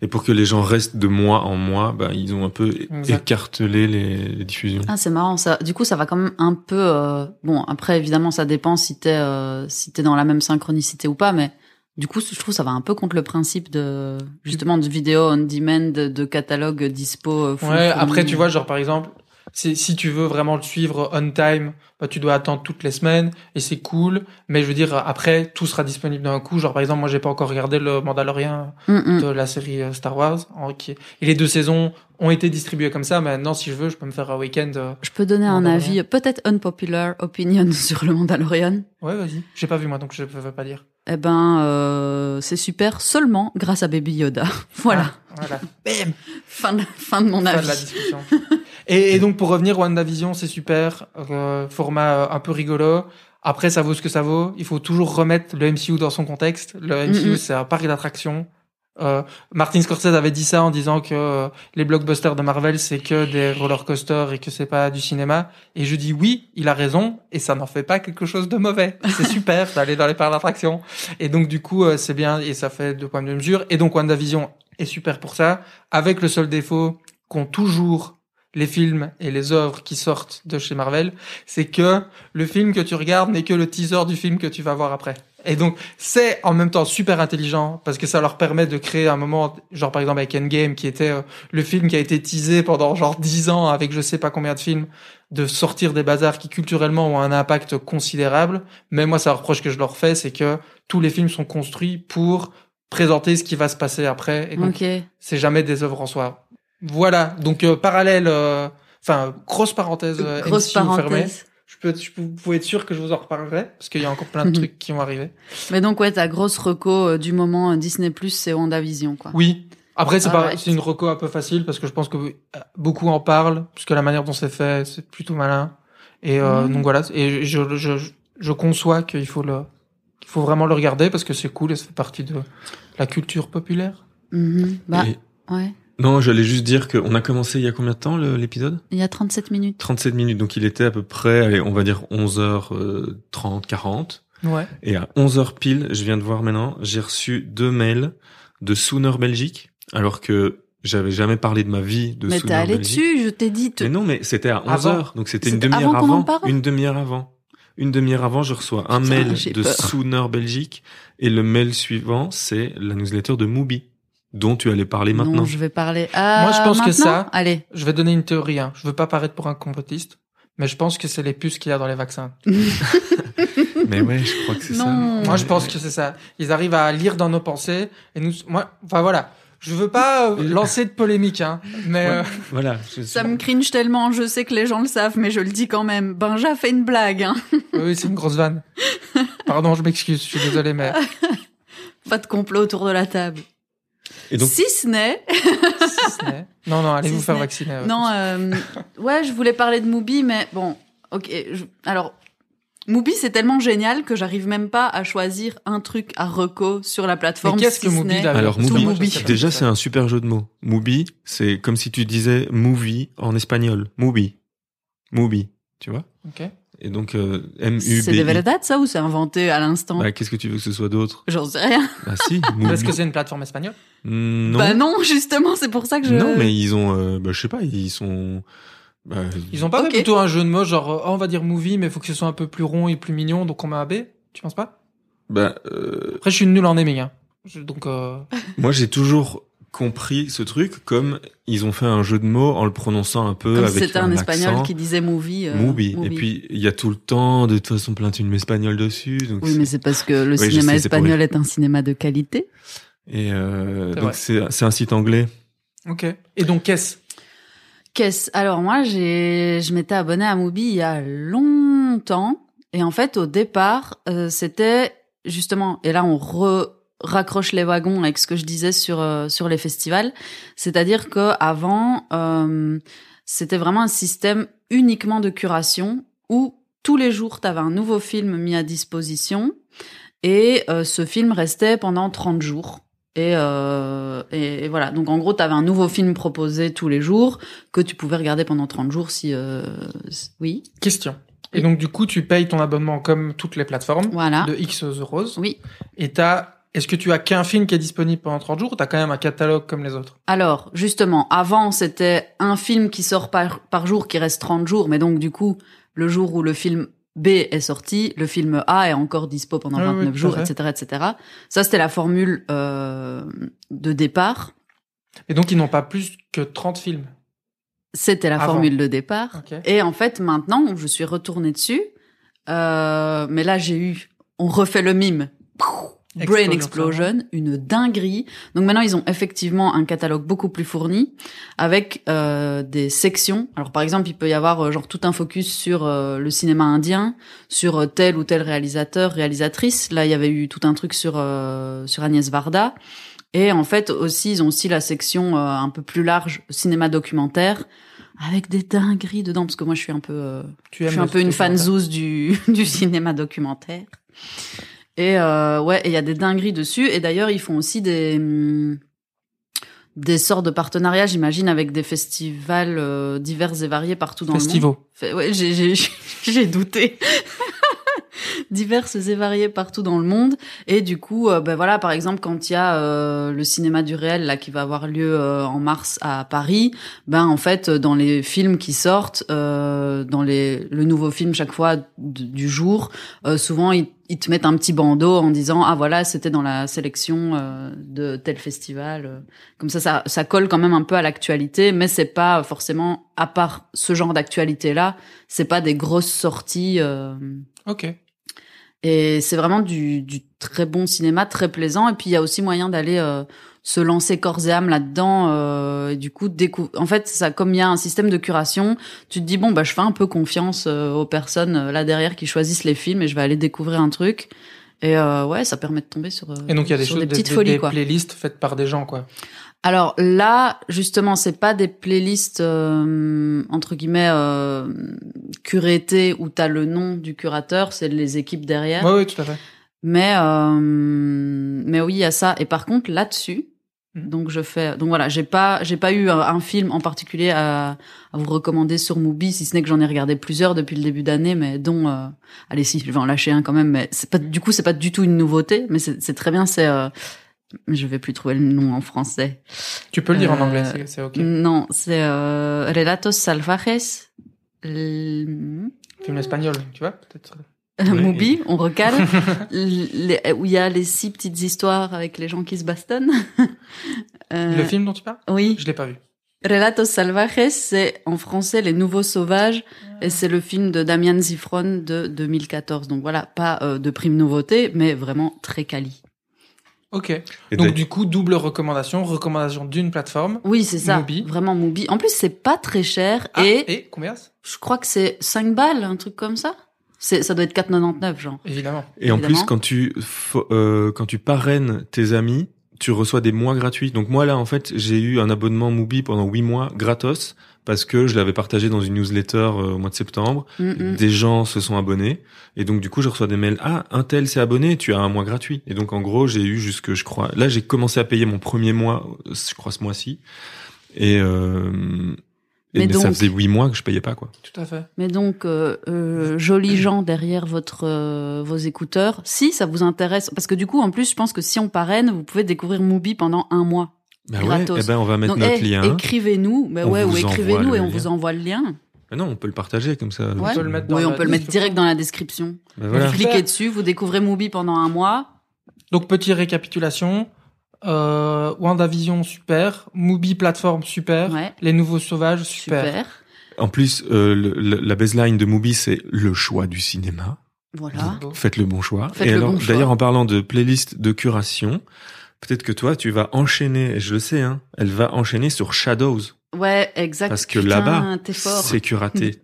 Et pour que les gens restent de mois en mois, bah, ils ont un peu é-
Exact.
écartelé les, les diffusions.
Ah, c'est marrant ça. Du coup, ça va quand même un peu. euh, Bon, après, évidemment, ça dépend si t'es euh, si t'es dans la même synchronicité ou pas, mais du coup, je trouve ça va un peu contre le principe de justement de vidéo on demand, de, de catalogue dispo. euh, full
Ouais,
fourni.
après, tu vois, genre, par exemple, si, si tu veux vraiment le suivre on time, bah, tu dois attendre toutes les semaines, et c'est cool. Mais je veux dire, après, tout sera disponible d'un coup. Genre, par exemple, moi, j'ai pas encore regardé le Mandalorian
Hum, hum.
de la série euh, Star Wars. en- qui- Et les deux saisons ont été distribuées comme ça. Maintenant, si je veux, je peux me faire un week-end. euh,
Je peux donner un
Mandalorian.
avis peut-être unpopular opinion (laughs) sur le Mandalorian.
Ouais, vas-y. J'ai pas vu, moi, donc je peux pas dire.
Eh ben, euh, c'est super seulement grâce à Baby Yoda. (laughs) voilà,
Ah, voilà. Bam!
fin de, fin de mon
Fin
avis.
de la discussion. et, et donc pour revenir, WandaVision, c'est super, euh, format euh, un peu rigolo. Après, ça vaut ce que ça vaut. Il faut toujours remettre le MCU dans son contexte. Le MCU,
Mhm.
c'est un parc d'attractions. Euh, Martin Scorsese avait dit ça en disant que euh, les blockbusters de Marvel, c'est que des roller coasters et que c'est pas du cinéma. Et je dis oui, il a raison, et ça n'en fait pas quelque chose de mauvais. C'est super d'aller dans les parcs d'attractions. Et donc du coup, euh, c'est bien et ça fait deux points de mesure. Et donc WandaVision est super pour ça, avec le seul défaut qu'ont toujours les films et les œuvres qui sortent de chez Marvel, c'est que le film que tu regardes n'est que le teaser du film que tu vas voir après. Et donc, c'est en même temps super intelligent parce que ça leur permet de créer un moment, genre par exemple avec Endgame, qui était euh, le film qui a été teasé pendant genre 10 ans avec je sais pas combien de films, de sortir des bazars qui culturellement ont un impact considérable. Mais moi, ça reproche que je leur fais, c'est que tous les films sont construits pour présenter ce qui va se passer après. Et donc,
Ok.
c'est jamais des œuvres en soi. Voilà, donc euh, parallèle, euh, enfin grosse parenthèse, euh,
Grosse
MCU fermée.
parenthèse.
Je peux, je peux- vous pouvez être sûr que je vous en reparlerai parce qu'il y a encore
(laughs)
plein de trucs qui vont arriver.
Mais donc ouais, ta grosse reco euh, du moment euh, Disney Plus, c'est WandaVision quoi.
Oui. Après, c'est pas,
Alright.
c'est une reco un peu facile parce que je pense que euh, beaucoup en parlent parce que la manière dont c'est fait, c'est plutôt malin. Et euh,
Mm.
donc voilà, et je, je, je, je conçois qu'il faut le, qu'il faut vraiment le regarder parce que c'est cool et ça fait partie de la culture populaire.
Mhm. Bah
Et-
ouais.
Non, j'allais juste dire qu'on a commencé il y a combien de temps le- l'épisode
Il y a 37 minutes.
37 minutes, donc il était à peu près, allez, on va dire euh, 11h30, 40.
Ouais.
Et à 11h pile, je viens de voir maintenant, j'ai reçu deux mails de Sooner Belgique, alors que j'avais jamais parlé de ma vie de
mais t'es
Sooner
allé
Belgique.
dessus, je t'ai dit. te-
Mais non, mais c'était à
Avant.
11h, donc c'était une
C'était
demi-heure
avant qu'on en
avant.
parle
une demi-heure avant. Une demi-heure avant, je reçois un
Putain,
mail
j'ai
de
peur.
Sooner Belgique, et le mail suivant, c'est la newsletter de Mubi. dont tu allais parler maintenant.
Non, je vais parler. Ah,
Moi, je pense que
maintenant
ça-
Allez.
Je vais donner une théorie. Hein. Je veux pas paraître pour un complotiste, mais je pense que c'est les puces qu'il y a dans les vaccins.
Mais ouais, je crois que c'est
(laughs)
ça.
Non.
Moi, je pense que c'est ça. Ils arrivent à lire dans nos pensées et nous. Moi, enfin voilà. Je veux pas euh, lancer de polémique, hein. Mais
Ouais.
euh,
Voilà. je-
Ça me cringe tellement, je sais que les gens le savent, mais je le dis quand même. Benja fait une blague. Hein.
oui, c'est une grosse vanne. Pardon, je m'excuse. Je suis désolé, mais
Pas de complot autour de la table.
Et donc, Ah,
si ce n'est
si ce n'est- non, non, allez
Si
vous
ce
faire
n'est-
vacciner. euh,
Non, euh, ouais, je voulais parler de Mubi, mais bon, ok. je- alors, Mubi, c'est tellement génial que j'arrive même pas à choisir un truc à reco sur la plateforme.
Mais qu'est-ce que
si ce
Mubi,
n'est-
là
alors
Ah Tout
Mubi,
Mubi.
déjà c'est un super jeu de mots. Mubi, c'est comme si tu disais movie en espagnol. Mubi, Mubi, tu vois.
Ok.
Et donc euh, M U B.
C'est des hein. vraies dates, ça, ou c'est inventé à l'instant
Bah, qu'est-ce que tu veux que ce soit d'autre
J'en sais rien.
Bah si,
Est-ce
Mubi.
que c'est une plateforme espagnole
Non.
Bah non, justement, c'est pour ça que je.
Non, mais ils ont, euh, bah, je sais pas, ils sont. bah,
Ils ont pas fait
Ok.
plutôt un jeu de mots genre euh, oh, on va dire movie, mais faut que ce soit un peu plus rond et plus mignon, donc on met un B. Tu penses pas
bah, euh,
Après, je suis nul en naming, hein. Je- donc euh,
moi, j'ai toujours compris ce truc comme ils ont fait un jeu de mots en le prononçant un peu
Comme si
avec
c'était un, espagnol
accent.
qui disait movie. euh,
Mubi. Et
Mubi.
puis, il y a tout le temps, de toute façon, plein de films espagnols dessus. Donc
Oui,
c'est-
mais c'est parce que le
Oui, je
cinéma
sais, c'est pour
espagnol est un cinéma de qualité.
Et euh,
C'est vrai.
donc, c'est c'est un site anglais.
ok. Et donc qu'est-ce
Qu'est-ce Alors moi, j'ai, je m'étais abonnée à Mubi il y a longtemps, et en fait, au départ, euh, c'était justement, et là, on re raccroche les wagons avec ce que je disais sur euh, sur les festivals, c'est-à-dire que avant, euh, c'était vraiment un système uniquement de curation où tous les jours, tu avais un nouveau film mis à disposition, et euh, ce film restait pendant 30 jours. Et, euh, et, et voilà. Donc en gros, tu avais un nouveau film proposé tous les jours que tu pouvais regarder pendant 30 jours si... euh, si- oui,
Question. Et donc du coup, tu payes ton abonnement comme toutes les plateformes
voilà.
de X euros.
Oui.
Et t'as, est-ce que tu as qu'un film qui est disponible pendant 30 jours ou t'as quand même un catalogue comme les autres
Alors, justement, avant, c'était un film qui sort par, par jour, qui reste 30 jours, mais donc du coup, le jour où le film B est sorti, le film A est encore dispo pendant
Ah oui,
29
tout à
jours,
fait.
etc., etc. Ça, c'était la formule euh, de départ.
Et donc ils n'ont pas plus que 30 films.
C'était la
Avant.
formule de départ.
Ok.
Et en fait, maintenant, je suis retournée dessus. Euh, mais là, j'ai eu, on refait le mime. Pouf Brain
Explosion,
Explosion, une dinguerie. Donc maintenant, ils ont effectivement un catalogue beaucoup plus fourni avec euh, des sections. Alors par exemple, il peut y avoir euh, genre tout un focus sur euh, le cinéma indien, sur euh, tel ou tel réalisateur, réalisatrice. Là, il y avait eu tout un truc sur euh, sur Agnès Varda. Et en fait, aussi, ils ont aussi la section euh, un peu plus large cinéma documentaire avec des dingueries dedans parce que moi, je suis un peu euh,
Tu
je suis un
le
peu une fan
documentaire.
zouze du, (laughs) du cinéma documentaire. Et euh, ouais, et il y a des dingueries dessus. Et d'ailleurs, ils font aussi des hum, des sortes de partenariats, j'imagine, avec des festivals euh, divers et variés partout dans le monde.
Festivo.
Fait- Ouais, j'ai- j'ai- (laughs) j'ai douté. (laughs) Diverses et variées partout dans le monde. Et du coup, euh, ben voilà, par exemple, quand il y a euh, le cinéma du réel là qui va avoir lieu euh, en mars à Paris, ben en fait, euh, dans les films qui sortent, euh, dans les le nouveau film chaque fois d- du jour, euh, souvent ils, ils te mettent un petit bandeau en disant ah voilà c'était dans la sélection euh, de tel festival. euh. Comme ça, ça, ça colle quand même un peu à l'actualité, mais c'est pas forcément, à part ce genre d'actualité-là, c'est pas des grosses sorties. euh,
Ok.
et c'est vraiment du, du très bon cinéma, très plaisant. Et puis il y a aussi moyen d'aller euh, se lancer corps et âme là-dedans. euh, et du coup, décou- en fait, ça comme il y a un système de curation, tu te dis bon bah je fais un peu confiance euh, aux personnes euh, là derrière qui choisissent les films et je vais aller découvrir un truc. Et euh, ouais, ça permet de tomber sur, euh,
Et donc il y a des
sur
choses,
des
des,
petites
des-
folies
des
quoi.
playlists faites par des gens quoi.
Alors là, justement, c'est pas des playlists euh, entre guillemets euh, curatées où t'as le nom du curateur, c'est les équipes derrière.
Ouais, ouais, tout à fait.
Mais euh, mais oui, il y a ça. Et par contre, là-dessus,
Mhm.
donc je fais. Donc voilà, j'ai pas j'ai pas eu un, un film en particulier à, à vous recommander sur Mubi, si ce n'est que j'en ai regardé plusieurs depuis le début d'année, mais dont euh, allez si je vais en lâcher un quand même. Mais c'est pas du coup c'est pas du tout une nouveauté, mais c'est c'est très bien. C'est euh, je vais plus trouver le nom en français.
Tu peux le dire en
Euh,
anglais, c'est- c'est ok.
Non, c'est euh, Relatos Salvajes. L-
Film espagnol, tu vois peut-être.
euh,
Ouais.
Mubi, on
(laughs)
recale, (laughs) L- les- où il y a les six petites histoires avec les gens qui se bastonnent.
Euh, le film dont tu parles
Oui.
Je l'ai pas vu.
Relatos Salvajes, c'est en français Les Nouveaux Sauvages,
Ah.
et c'est le film de Damian Zifron de 2014. Donc voilà, pas euh, de prime nouveauté, mais vraiment très quali.
Ok. Et Donc du coup, double recommandation, recommandation d'une plateforme.
Oui, c'est ça.
Mubi.
Vraiment Mubi. En plus, c'est pas très cher.
Ah,
et,
et combien
Je crois que c'est 5 balles, un truc comme ça. C'est, ça doit être 4,99 genre.
Évidemment.
Et en
Évidemment.
plus, quand tu, fo- euh, quand tu parraines tes amis, tu reçois des mois gratuits. Donc moi là, en fait, j'ai eu un abonnement Mubi pendant huit mois gratos parce que je l'avais partagé dans une newsletter euh, au mois de septembre.
Mm-mm.
Des gens se sont abonnés et donc du coup, je reçois des mails. Ah, un tel s'est abonné, tu as un mois gratuit. Et donc en gros, j'ai eu jusque, je crois, là j'ai commencé à payer mon premier mois, euh, je crois ce mois-ci. Et, euh, et-
Mais
mais ça
donc-
faisait huit mois que je payais pas quoi.
Tout à fait.
Mais donc, euh, euh, jolis gens derrière votre euh, vos écouteurs, si ça vous intéresse, parce que du coup, en plus, je pense que si on parraine, vous pouvez découvrir Mubi pendant un mois.
Bah
Gratos.
ouais, eh ben on va mettre
Donc,
notre
eh,
lien.
écrivez-nous, bah
On
ouais, ou
vous envoie
écrivez-nous
le
et on
lien.
vous envoie le lien.
Mais Bah non, on peut le partager comme ça.
Ouais.
On peut le mettre dans
Oui, on
la
peut le mettre
description.
direct dans la description.
Bah voilà.
Vous cliquez dessus, vous découvrez Mubi pendant un mois.
Donc petit récapitulation. Euh, WandaVision super, Mubi plateforme super,
Ouais.
Les Nouveaux Sauvages super.
Super.
En plus, euh, le- le- la baseline de Mubi, c'est le choix du cinéma.
Voilà.
Bravo.
Faites le bon choix.
Oh. Faites
et
le
alors,
bon choix.
d'ailleurs, en parlant de playlist de curation, peut-être que toi, tu vas enchaîner, et je le sais, hein, elle va enchaîner sur Shadows.
Ouais, exact.
Parce que
Ah, Putain,
là-bas,
t'es fort. (laughs)
c'est curaté.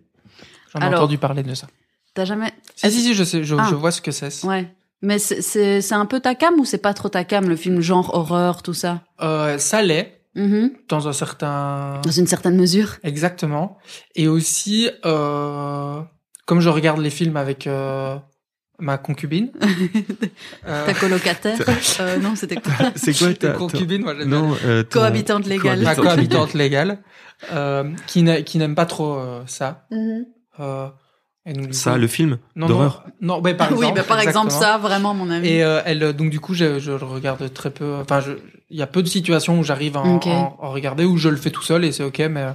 J'en ai
Ah. Alors-
entendu parler de ça.
T'as jamais.
Si si si, je sais, je,
Ah.
je vois ce que c'est.
Ouais. Mais c'est- c'est c'est un peu ta cam ou c'est pas trop ta cam le film genre horreur tout ça.
Euh, ça l'est
Mhm.
dans un certain.
Dans une certaine mesure. (laughs)
Exactement. Et aussi, euh, comme je regarde les films avec euh, ma concubine.
(laughs)
euh,
Ta
(laughs)
colocataire. Euh, non, c'était quoi (laughs)
c'est
(laughs)
quoi ta...
ta concubine, moi
ta-
j'aime bien.
Non, euh, ton-
Cohabitante légale.
ma
(laughs) cohabitante
cohabitante légale, euh, qui n'a- qui n'aime pas trop euh, ça.
Mhm.
Euh, et nous lui-
Ça, le film
non, non,
d'horreur.
non, ouais, par exemple,
(laughs) oui, bah, par exemple
exactement.
ça, vraiment mon avis.
Et euh, elle, euh, donc du coup, je, je le regarde très peu. Enfin, je- il y a peu de situations où j'arrive à, en-
Ok.
en- en regarder, où je le fais tout seul et c'est ok, mais euh,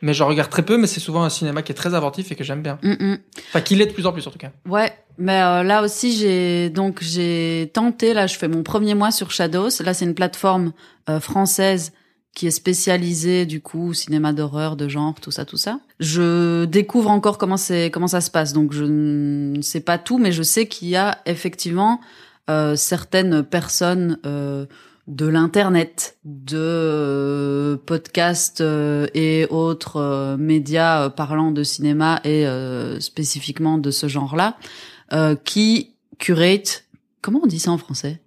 mais je regarde très peu. Mais c'est souvent un cinéma qui est très inventif et que j'aime bien.
Mhm.
Enfin, qu'il est de plus en plus en tout cas.
Ouais, mais euh, là aussi j'ai donc j'ai tenté là je fais mon premier mois sur Shadows. Là c'est une plateforme euh, française qui est spécialisée du coup cinéma d'horreur, de genre, tout ça, tout ça. Je découvre encore comment c'est comment ça se passe, donc je ne sais pas tout, mais je sais qu'il y a effectivement euh, certaines personnes euh, de l'internet, de euh, podcasts euh, et autres euh, médias euh, parlant de cinéma et euh, spécifiquement de ce genre-là, euh, qui curate. Comment on dit ça en français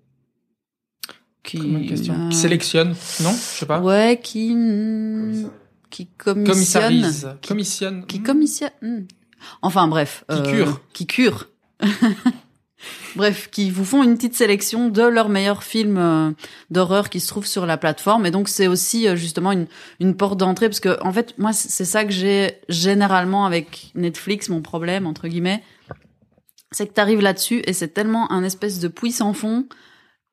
Qui
Comme une question.
euh,
Qui sélectionne Non, je sais pas.
Ouais, qui qui commissionne,
Commissarise. Commissionne.
qui
Hmm.
commissionne. hmm. Enfin bref, euh,
Qui cure.
qui cure. (laughs) bref, qui vous font une petite sélection de leurs meilleurs films euh, d'horreur qui se trouvent sur la plateforme et donc c'est aussi euh, justement une une porte d'entrée parce que en fait moi c'est c'est ça que j'ai généralement avec Netflix mon problème entre guillemets c'est que t'arrives là-dessus et c'est tellement un espèce de puits sans fond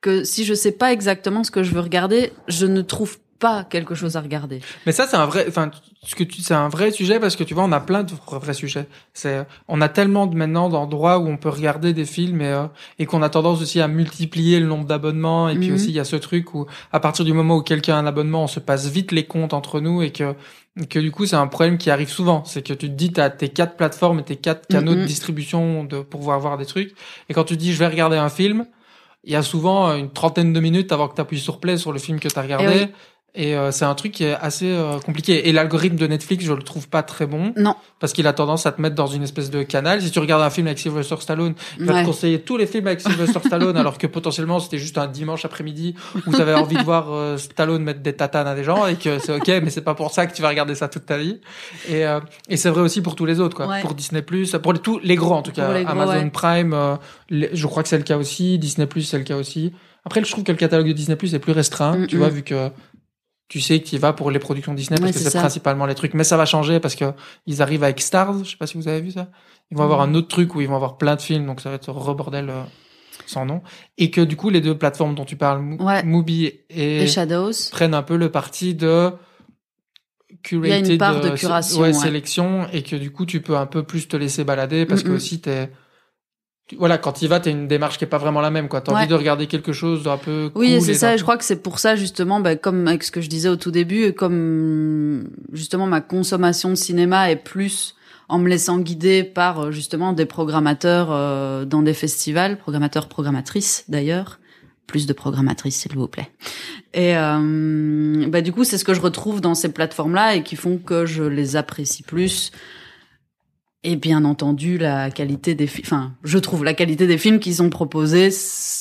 que si je sais pas exactement ce que je veux regarder, je ne trouve pas quelque chose à regarder.
Mais ça, c'est un vrai, enfin, ce que tu, c'est un vrai sujet parce que tu vois, on a plein de vra- vrais sujets. C'est, on a tellement de maintenant d'endroits où on peut regarder des films et, euh, et qu'on a tendance aussi à multiplier le nombre d'abonnements. Et puis
Mhm.
aussi, il y a ce truc où, à partir du moment où quelqu'un a un abonnement, on se passe vite les comptes entre nous et que, que du coup, c'est un problème qui arrive souvent. C'est que tu te dis, t'as tes quatre plateformes et tes quatre canaux
Mhm.
de distribution de, pour pouvoir voir des trucs. Et quand tu te dis, je vais regarder un film, il y a souvent euh, une trentaine de minutes avant que tu appuies sur play sur le film que tu as regardé.
Eh oui.
Et euh, c'est un truc qui est assez euh, compliqué. Et l'algorithme de Netflix, je le trouve pas très bon.
Non.
Parce qu'il a tendance à te mettre dans une espèce de canal. Si tu regardes un film avec Sylvester Stallone, il va
Ouais.
te conseiller tous les films avec Sylvester Stallone, alors que potentiellement c'était juste un dimanche après-midi où tu avais envie de voir euh, Stallone mettre des tatanes à des gens et que c'est ok, mais c'est pas pour ça que tu vas regarder ça toute ta vie. Et, euh, et c'est vrai aussi pour tous les autres, quoi.
Ouais.
Pour Disney+, pour les, tous les gros en tout
Pour
cas.
les gros,
Amazon
ouais.
Prime, euh, les- je crois que c'est le cas aussi. Disney+, c'est le cas aussi. Après, je trouve que le catalogue de Disney+ est plus restreint, tu
Mm-mm.
vois, vu que tu sais qu'il va pour les productions Disney parce
mm. Ouais,
que
c'est
c'est
ça.
principalement les trucs. Mais ça va changer parce que ils arrivent avec Stars. Je sais pas si vous avez vu ça. Ils vont avoir un autre truc où ils vont avoir plein de films, donc ça va être rebordel euh, sans nom. Et que du coup, les deux plateformes dont tu parles, Mu-
Ouais.
Mubi
Les
et
Shadows.
prennent un peu le parti
y
de
a une
curated,
part de
euh, sé-
curation,
ouais,
ouais.
sélection, et que du coup, tu peux un peu plus te laisser balader parce que
Mm-mm.
aussi t'es voilà, quand il va, t'as une démarche qui est pas vraiment la même, quoi. T'as ouais. envie de regarder quelque chose d'un peu.
Oui,
cool
c'est ça. Et je crois que c'est pour ça justement, bah, comme avec ce que je disais au tout début, comme justement ma consommation de cinéma est plus en me laissant guider par euh, justement des programmateurs euh, dans des festivals, programmateurs, programmatrices d'ailleurs. Plus de programmatrices, s'il vous plaît. Et euh, bah, du coup, c'est ce que je retrouve dans ces plateformes-là et qui font que je les apprécie plus. Et bien entendu, la qualité des films, enfin, je trouve la qualité des films qui sont proposés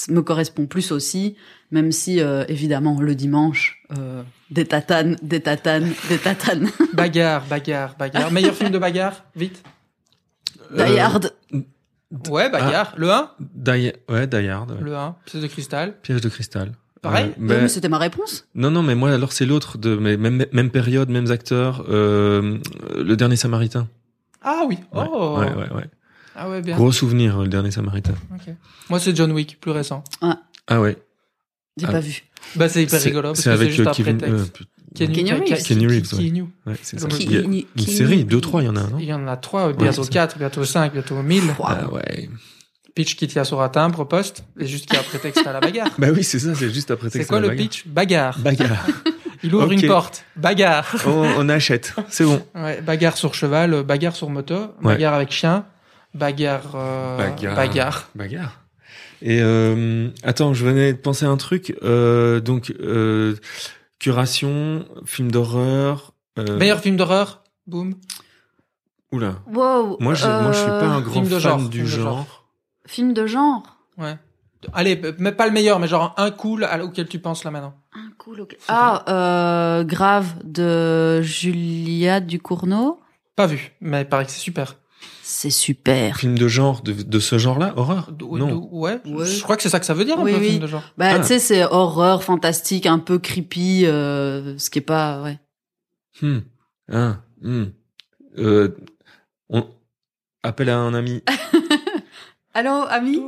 me correspond plus aussi, même si euh, évidemment le dimanche, euh, des tatanes, des tatanes, des tatanes.
bagarre, bagarre, bagarre. Meilleur film de bagarre, vite.
Euh, Die Hard.
Ouais, bagarre. Ah, le 1
Euh, Die, ouais, Die Hard. Ouais.
Le 1, pièce de cristal.
Pièce de cristal. Euh, bah,
Pareil.
Ouais, Bah Euh, mais... mais c'était ma réponse.
Non, non, mais moi alors c'est l'autre de même même période, mêmes acteurs, le dernier Samaritain.
Ah oui.
Ouais,
oh.
Ouais, ouais, ouais.
Ah ouais, bien.
Gros souvenir, le dernier Samaritain.
Okay. Moi, c'est John Wick, plus récent.
Ah,
ah ouais.
J'ai
ah.
pas vu.
Bah, c'est hyper rigolo.
C'est avec
juste
Kevin,
euh,
Kenny Reeves.
Kenny Reeves. Ouais. ouais c'est ça. Il y a une série, deux, trois, il y en a, non
Il y en a trois, bientôt quatre, bientôt cinq, bientôt mille.
Wow. Ah ouais.
Pitch qui tient sur un timbre, poste, et juste qu'il y a un prétexte à la bagarre.
Bah oui, c'est ça, c'est juste un prétexte
à
la
bagarre. C'est quoi le pitch Bagarre.
Bagarre.
(laughs) Il ouvre okay. une porte, bagarre.
On, on achète, c'est bon.
Ouais, bagarre sur cheval, euh, bagarre sur moto, ouais. bagarre avec chien, bagarre, euh,
bagarre,
bagarre.
Bagarre. Et euh, attends, je venais de penser à un truc. Euh, donc curation, film d'horreur. euh,
Meilleur film d'horreur, boum.
Oula.
Wow. euh,
Moi, je, moi, je suis pas un grand
Euh, film
fan
de genre,
du
film
genre.
De genre.
Film de genre.
Ouais. Allez, mais pas le meilleur, mais genre un cool auquel tu penses là maintenant.
Un cool auquel. Okay. Ah, euh, grave de Julia Ducournau.
Pas vu, mais il paraît que c'est super.
C'est super.
Film de genre, de, de ce genre-là, horreur
de,
Non.
De, ouais. ouais. Je crois que c'est ça que ça veut dire,
oui,
un peu,
oui.
film de genre.
Bah, ah. tu sais, c'est horreur, fantastique, un peu creepy, euh, ce qui est pas, ouais.
Hmm. Ah, hmm. Euh, on appelle à
(laughs)
un ami.
Bah,
Allô, ami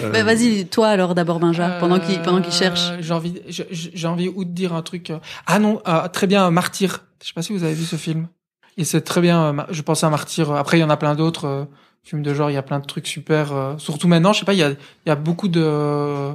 euh... Bah vas-y, toi alors d'abord Benja, pendant qu'il
euh...
pendant qu'il cherche.
J'ai envie j'ai envie ou de dire un truc. Ah non, euh, très bien Martyr. Je sais pas si vous avez vu ce film. Et c'est très bien euh, je pense à Martyr. Après il y en a plein d'autres euh, films de genre, il y a plein de trucs super euh, surtout maintenant, je sais pas, il y a il y a beaucoup de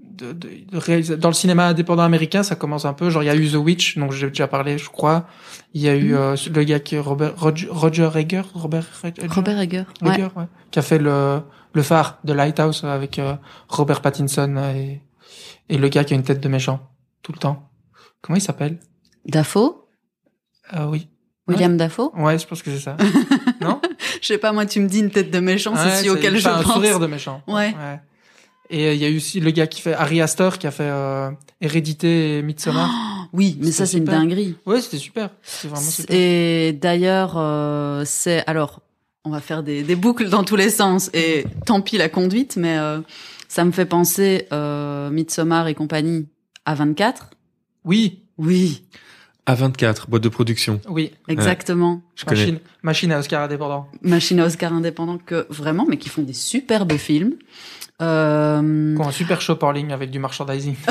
de, de, de dans le cinéma indépendant américain, ça commence un peu. Genre, il y a eu The Witch, dont j'ai déjà parlé, je crois. Il y a eu mm. euh, le gars qui est Robert, Roger, Roger Egger, Robert, Edger,
Robert Egger,
Edger, ouais. Ouais, qui a fait le, le phare de Lighthouse avec euh, Robert Pattinson et, et le gars qui a une tête de méchant tout le temps. Comment il s'appelle
Dafoe
euh, Oui.
William ouais. Dafoe
Ouais, je pense que
(laughs)
c'est ça. non
Je sais pas, moi, tu me dis une tête de méchant, c'est celui auquel je
un
pense.
un sourire de méchant.
ouais.
Et euh, il y a eu aussi le gars qui fait Harry Astor qui a fait euh, Hérédité
(gasps)
et Midsommar.
Oh, oui, mais ça c'est une dinguerie.
Ouais, c'était super. C'était vraiment super.
Et d'ailleurs, euh, c'est alors on va faire des, des, boucles dans tous les sens et tant pis la conduite, mais euh, ça me fait penser euh, Midsommar et compagnie à 24.
Oui.
Oui.
À 24, boîte de production.
Oui,
exactement.
Je
machine,
connais.
machine à Oscar indépendant.
Machine à Oscar indépendant que vraiment, mais qui font des superbes films. Euh...
un super shop en ligne avec du merchandising.
(laughs)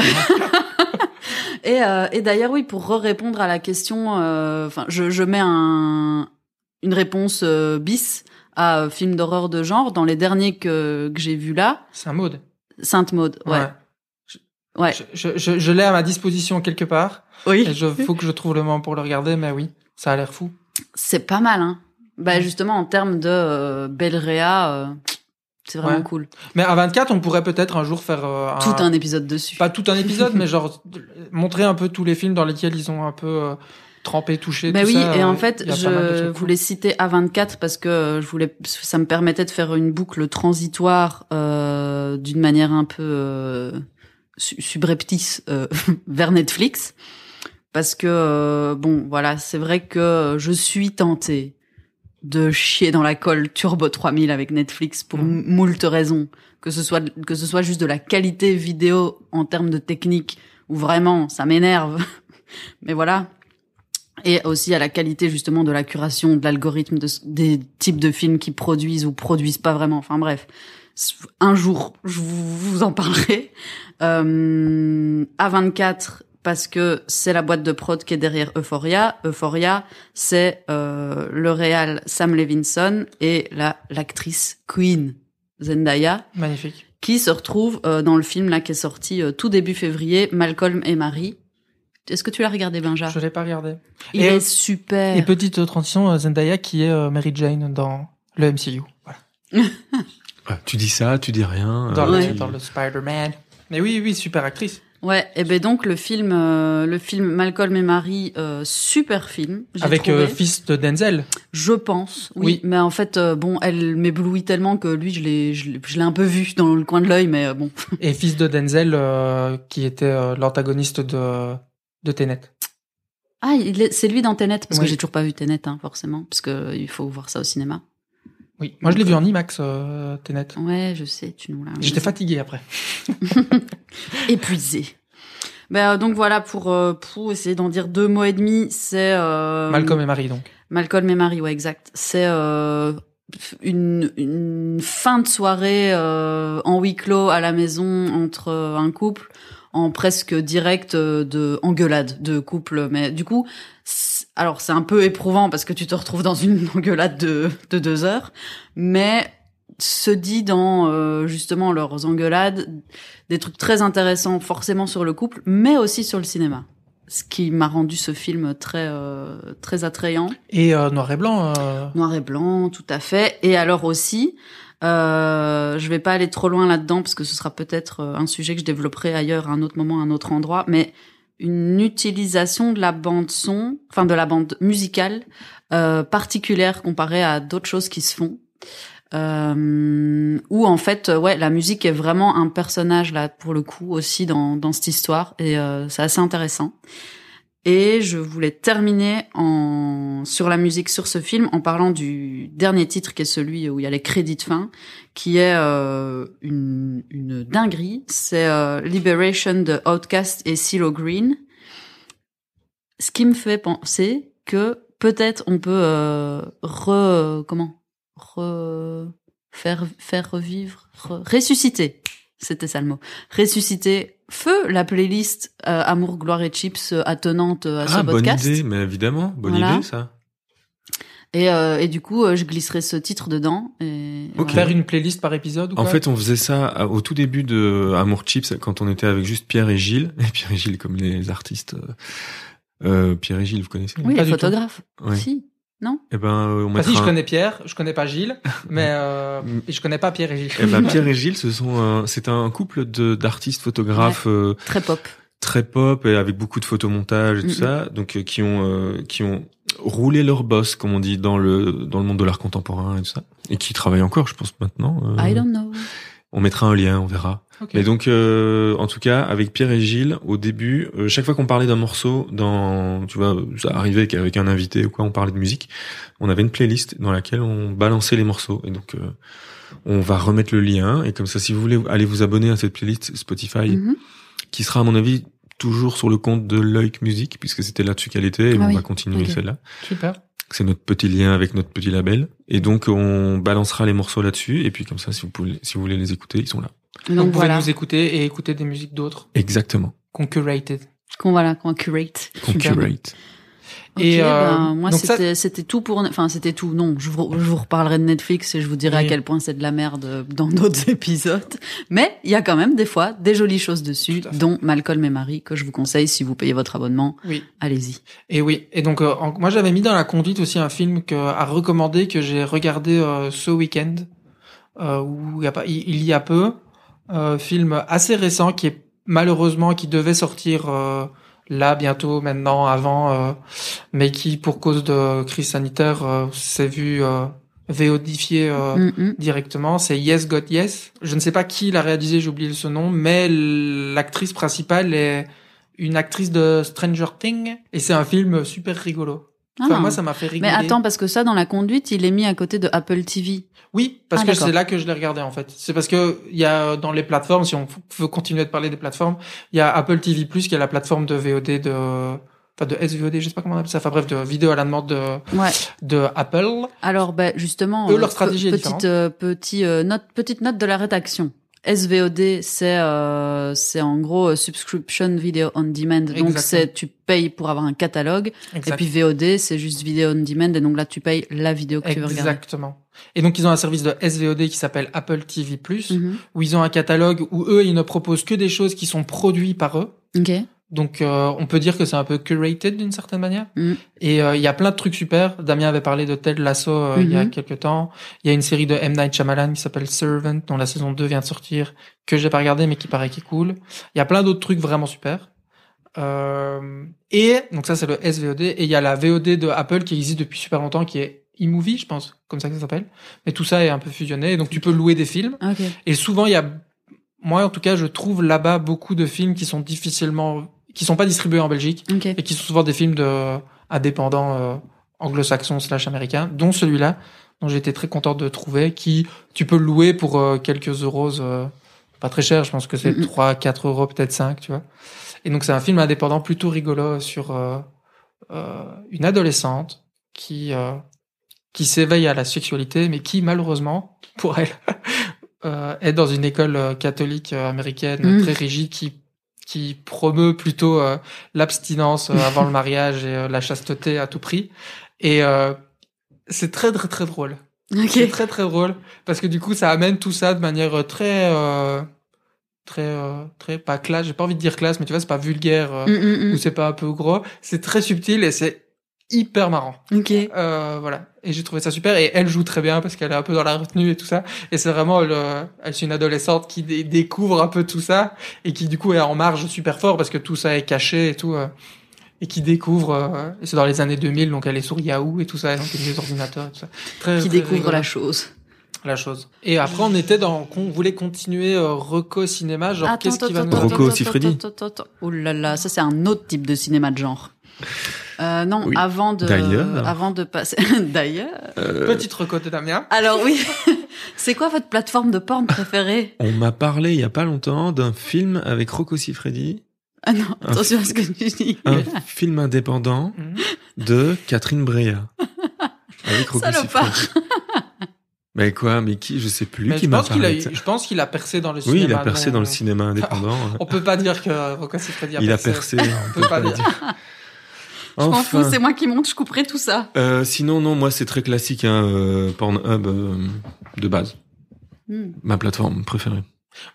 et, euh, et d'ailleurs, oui, pour répondre à la question, enfin, euh, je, je, mets un, une réponse euh, bis à euh, film d'horreur de genre dans les derniers que, que j'ai vus là.
Saint-Maud.
Sainte-Maud, ouais.
ouais.
Ouais.
Je, je, je, je l'ai à ma disposition quelque part.
Oui.
Et je, faut que je trouve le moment pour le regarder, mais oui, ça a l'air fou.
C'est pas mal, hein. Bah, justement, en termes de euh, Belrea, c'est vraiment ouais. cool.
Mais à 24, on pourrait peut-être un jour faire euh,
tout un... un épisode dessus.
Pas tout un épisode, mais genre (laughs) montrer un peu tous les films dans lesquels ils ont un peu euh, trempé, touché.
Bah
tout
oui,
ça. euh,
et en fait, je voulais citer à 24 parce que euh, je voulais, ça me permettait de faire une boucle transitoire euh, d'une manière un peu euh, subreptice euh, (laughs) vers Netflix. Parce que euh, bon, voilà, c'est vrai que je suis tentée de chier dans la colle Turbo 3000 avec Netflix pour mmh. moult raisons, que ce soit que ce soit juste de la qualité vidéo en termes de technique ou vraiment ça m'énerve, (laughs) mais voilà. Et aussi à la qualité justement de la curation, de l'algorithme, de, des types de films qui produisent ou produisent pas vraiment. Enfin bref, un jour je vous, vous en parlerai. Euh, à 24 parce que c'est la boîte de prod qui est derrière Euphoria. Euphoria, c'est euh, le réal Sam Levinson et la l'actrice Queen Zendaya,
Magnifique.
qui se retrouve euh, dans le film là qui est sorti euh, tout début février, Malcolm et Marie. Est-ce que tu l'as regardé, Benja
Je l'ai pas regardé.
Il
Et-
est super.
Et petite transition, euh, Zendaya qui est euh, Mary Jane dans le MCU. Voilà.
Ah, tu dis ça, tu dis rien.
Dans,
euh,
le,
tu-
dans le Spider-Man. Mais oui, oui, super actrice.
Ouais, et ben donc le film, euh, le film Malcolm et Marie, euh, super film. j'ai
Avec
trouvé.
euh, fils de Denzel.
Je pense, oui.
Oui.
Mais en fait, euh, bon, elle m'éblouit tellement que lui, je l'ai, je l'ai- je l'ai un peu vu dans le coin de l'œil, mais euh, bon.
Et fils de Denzel euh, qui était euh, l'antagoniste de, de Tenet.
Ah, il est- c'est lui dans Tenet, parce que
Oui.
j'ai toujours pas vu Tenet, hein, forcément, parce que il faut voir ça au cinéma.
Oui, moi je l'ai vu en IMAX, euh, Tenet.
Ouais, je sais, tu nous l'as.
J'étais fatigué après.
épuisé. Ben euh, donc voilà pour euh, pour essayer d'en dire deux mots et demi, c'est euh,
Malcolm et Marie donc.
Malcolm et Marie, ouais, exact. C'est euh, une, une fin de soirée euh, en huis clos à la maison entre euh, un couple en presque direct euh, de engueulade de couple. Mais du coup, c'est- alors c'est un peu éprouvant parce que tu te retrouves dans une (laughs) engueulade de, de deux heures, mais se dit dans euh, justement leurs engueulades des trucs très intéressants forcément sur le couple, mais aussi sur le cinéma. Ce qui m'a rendu ce film très euh, très attrayant.
Et euh, noir et blanc. euh,
Noir et blanc, tout à fait. Et alors aussi, euh, je vais pas aller trop loin là-dedans parce que ce sera peut-être euh, un sujet que je développerai ailleurs, à un autre moment, à un autre endroit, mais une utilisation de la bande son, enfin de la bande musicale euh, particulière comparée à d'autres choses qui se font. Euh, où en fait, euh, ouais, la musique est vraiment un personnage là pour le coup aussi dans dans cette histoire et euh, c'est assez intéressant. Et je voulais terminer en, sur la musique, sur ce film, en parlant du dernier titre qui est celui où il y a les crédits de fin, qui est euh, une, une dinguerie. C'est euh, Liberation de Outkast et CeeLo Green. Ce qui me fait penser que peut-être on peut euh, re, comment re, faire faire revivre, re- ressusciter. C'était ça le mot. Ressusciter feu la playlist euh, Amour, gloire et chips euh, attenante euh, à ce
Ah, bonne
podcast.
idée, mais évidemment, bonne
Voilà.
idée ça.
Et, euh, et du coup, euh, je glisserai ce titre dedans. Et, et
Ok.
voilà.
Faire une playlist par épisode ou
En
quoi
fait, on faisait ça à- au tout début de Amour Chips quand on était avec juste Pierre et Gilles. (laughs) Et Pierre et Gilles, comme les artistes. euh, euh, Pierre et Gilles, vous connaissez
Oui,
Hmm. Pas
le
du tout.
photographe.
Ouais.
Si.
Eh ben, euh, on
Enfin,
mettra.
Ah, si, je
un-
connais Pierre, je connais pas
(laughs)
Gilles, mais euh,
Mm.
et je connais pas Pierre et Gilles.
Eh ben, Pierre et Gilles, ce sont un- c'est un couple de d'artistes photographes euh,
Très pop.
très pop et avec beaucoup de photomontage et tout
Mhm.
ça, donc euh, qui ont euh, qui ont roulé leur boss, comme on dit dans le dans le monde de l'art contemporain et tout ça, et qui travaillent encore, je pense maintenant. Euh,
Mm-hmm.
I don't know.
on mettra un lien, on verra.
(laughs) Ok.
Mais donc, euh, en tout cas, avec Pierre et Gilles, au début, euh, chaque fois qu'on parlait d'un morceau, dans, tu vois, ça arrivait qu'avec un invité ou quoi, on parlait de musique, on avait une playlist dans laquelle on balançait les morceaux. Et donc, euh, on va remettre le lien. Et comme ça, si vous voulez aller vous abonner à cette playlist Spotify,
Mhm.
qui sera à mon avis toujours sur le compte de Loïc Music, puisque c'était là-dessus qu'elle était, et
Ah
on
oui,
va continuer
ok.
celle-là.
Super.
C'est notre petit lien avec notre petit label. Et donc, on balancera les morceaux là-dessus. Et puis, comme ça, si vous, pouvez, si vous voulez les écouter, ils sont là.
Et
Donc,
Donc
vous pouvez
voilà.
nous écouter et écouter des musiques d'autres
Exactement.
qu'on curated.
Qu'on voilà, qu'on curate.
Concurrate.
Ok,
Et, euh,
ben, moi
donc ça-
c'était c'était tout pour enfin c'était tout non je vous, je vous reparlerai de Netflix et je vous dirai
Oui.
à quel point c'est de la merde euh, dans d'autres (laughs) épisodes mais il y a quand même des fois des jolies choses dessus
Tout à fait.
dont Malcolm et Marie que je vous conseille si vous payez votre abonnement
Oui.
allez-y
Et oui. Et donc, euh, en- moi, j'avais mis dans la conduite aussi un film que, à recommander que j'ai regardé euh, ce week-end, euh, où il y a, pas, il il y a peu. Euh, film assez récent qui est malheureusement qui devait sortir euh, là bientôt, maintenant, avant, euh, mais qui, pour cause de crise sanitaire, euh, s'est vu euh, VODifié euh,
Mm, mm.
directement, c'est Yes Got Yes. Je ne sais pas qui l'a réalisé, j'ai oublié ce nom, mais l'actrice principale est une actrice de Stranger Things et c'est un film super rigolo. Enfin,
Ah.
moi, ça m'a fait rigoler.
mais attends parce que ça dans la conduite il est mis à côté de Apple TV
Oui, parce
Ah,
que
d'accord.
c'est là que je l'ai regardé en fait. C'est parce que il y a euh, dans les plateformes, si on f- veut continuer de parler des plateformes, il y a Apple TV+ qui est la plateforme de VOD de enfin de SVOD, je sais pas comment on appelle ça, enfin bref, de vidéo à la demande de
ouais
de Apple.
Alors, ben, justement,
Eux,
euh,
leur stratégie est
petite,
différente.
euh, petit, euh, note, petite note de la rédaction. SVOD, c'est euh, c'est en gros euh, subscription video on demand. Donc c'est tu payes pour avoir un catalogue.
Exact.
Et puis VOD, c'est juste vidéo on demand. Et donc là, tu payes la vidéo que tu veux regarder.
Exactement. Et donc ils ont un service de SVOD qui s'appelle Apple TV+,
Mhm.
où ils ont un catalogue où eux, ils ne proposent que des choses qui sont produites par eux.
Ok.
Donc euh, on peut dire que c'est un peu curated d'une certaine manière.
Mhm.
Et euh, il y a plein de trucs super. Damien avait parlé de Ted Lasso euh, il y a
Mhm.
quelques temps. Il y a une série de M. Night Shyamalan qui s'appelle Servant, dont la saison 2 vient de sortir, que j'ai pas regardé mais qui paraît qui est cool. Il y a plein d'autres trucs vraiment super. Euh, et donc ça c'est le SVOD. Et il y a la VOD de Apple qui existe depuis super longtemps, qui est iMovie, je pense, comme ça que ça s'appelle. Mais tout ça est un peu fusionné. Et donc tu peux louer des films.
Ok.
Et souvent, il y a, moi en tout cas, je trouve là-bas beaucoup de films qui sont difficilement, qui sont pas distribués en Belgique
Ok.
et qui sont souvent des films de indépendants euh, anglo-saxons slash américains, dont celui-là, dont j'étais très content de trouver, qui tu peux le louer pour euh, quelques euros, euh, pas très cher, je pense que c'est
Mhm.
3, 4 euros, peut-être 5, tu vois. Et donc c'est un film indépendant plutôt rigolo sur euh, euh, une adolescente qui euh, qui s'éveille à la sexualité, mais qui malheureusement pour elle (laughs) euh, est dans une école euh, catholique euh, américaine
Mhm.
très rigide qui qui promeut plutôt euh, l'abstinence euh, avant le mariage et euh, la chasteté à tout prix. Et euh, c'est très très très drôle. C'est
Ok.
très très drôle parce que du coup ça amène tout ça de manière euh, très euh, très euh, très pas classe. J'ai pas envie de dire classe, mais tu vois c'est pas vulgaire euh,
Mm, mm,
ou
mm.
c'est pas un peu gros. C'est très subtil et c'est hyper marrant.
Ok.
Euh, voilà. Et j'ai trouvé ça super. Et elle joue très bien parce qu'elle est un peu dans la retenue et tout ça. Et c'est vraiment le, elle c'est une adolescente qui dé- découvre un peu tout ça et qui du coup est en marge super fort parce que tout ça est caché et tout. euh, et qui découvre, euh, et c'est dans les années 2000, donc elle est sur Yahoo et tout ça, et donc les ordinateurs et tout ça. Très,
Qui
très
découvre
rigolo,
la chose.
la chose. Et après, on était dans, qu'on voulait continuer euh, reco cinéma, genre qu'est-ce qui va nous...
attends. Rocco Siffredi.
attends, attends, attends. Oh là là, ça c'est un autre type de cinéma de genre. Euh, non,
Oui.
avant de,
D'ailleurs.
avant de passer. (laughs) D'ailleurs.
Euh,
Petite reco de Damien.
Alors oui. (laughs) c'est quoi votre plateforme de porn préférée
on m'a parlé il y a pas longtemps d'un film avec Rocco Siffredi,
Ah non,
Un
attention à ce que tu dis.
un film indépendant
Mhm.
de Catherine Breillat avec Rocco
Salopard.
Siffredi. Mais quoi Mais qui Je sais plus
Mais
qui
je
m'a
pense qu'il a,
parlé. de ça.
eu- je pense qu'il a percé dans le cinéma.
Oui, il a percé
non-
dans le cinéma (laughs) indépendant. hein.
On peut pas dire que Rocco Siffredi a
il a
percé.
percé. On
peut pas
le
dire.
Je m'en fous,
Enfin.
c'est moi qui monte, je couperai tout ça.
Euh, sinon, non, moi, c'est très classique, hein, euh, Pornhub euh, de base.
Hmm.
Ma plateforme préférée.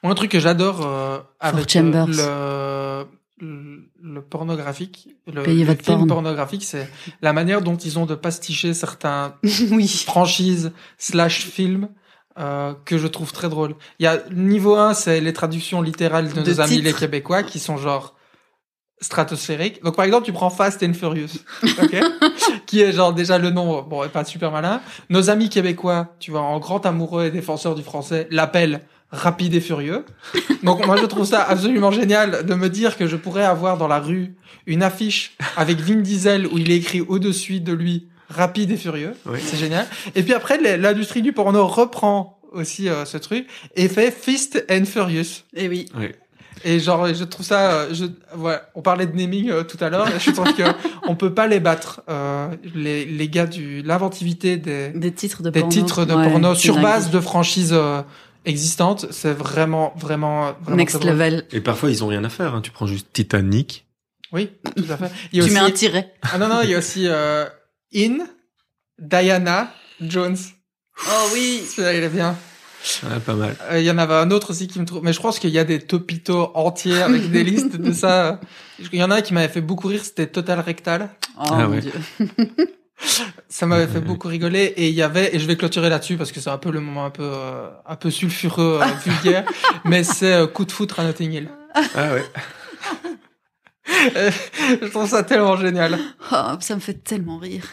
Moi, un truc que j'adore euh, avec euh,
Chambers.
le, le, le pornographique, le,
Payez
le
votre
film
porn.
pornographique, c'est la manière dont ils ont de pasticher certains
(laughs) oui.
franchises slash films euh, que je trouve très drôle. Il y a niveau 1, c'est les traductions littérales de,
De
nos amis
titres.
les Québécois qui sont genre stratosphériques. Donc par exemple, tu prends Fast and Furious, ok qui est genre déjà le nom, bon, est pas super malin. Nos amis québécois, tu vois, en grand amoureux et défenseur du français, l'appellent rapide et furieux. Donc moi je trouve ça absolument génial de me dire que je pourrais avoir dans la rue une affiche avec Vin Diesel où il est écrit au-dessus de lui rapide et furieux.
Oui.
C'est génial. Et puis après les- l'industrie du porno reprend aussi euh, ce truc et fait Fist and Furious.
Et Eh oui.
Et genre je trouve ça euh, je voilà, on parlait de naming euh, tout à l'heure, et
(laughs)
je trouve que on peut pas les battre euh, les les gars du l'inventivité des
Des titres de
des
porno.
titres de
Ouais,
porno
c'est
sur
dingue.
base de franchises euh, existantes, c'est vraiment vraiment vraiment
Next
très drôle.
level.
Et parfois, ils ont rien à faire. hein. Tu prends juste Titanic.
Oui, tout à fait. Il y
Tu
a
mets un
aussi
tiret.
Ah non non, il y a aussi euh, In Diana Jones.
Oh oui.
Celui-là, il est bien.
Ah, pas mal.
Euh, Il y en avait un autre aussi qui me trouve. Mais je pense qu'il y a des topitos entiers
(laughs)
avec des listes de ça. Il y en a un qui m'avait fait beaucoup rire, c'était Total Rectal.
Oh
Ah
mon
ouais.
dieu.
Ça m'avait fait
Ouais.
beaucoup rigoler et il y avait et je vais clôturer là-dessus parce que c'est un peu le moment un peu euh, un
(laughs)
peu sulfureux euh, vulgaire mais c'est euh, coup de foutre à Notting Hill.
Ah ouais.
Je trouve ça tellement génial.
Oh, ça me fait tellement rire.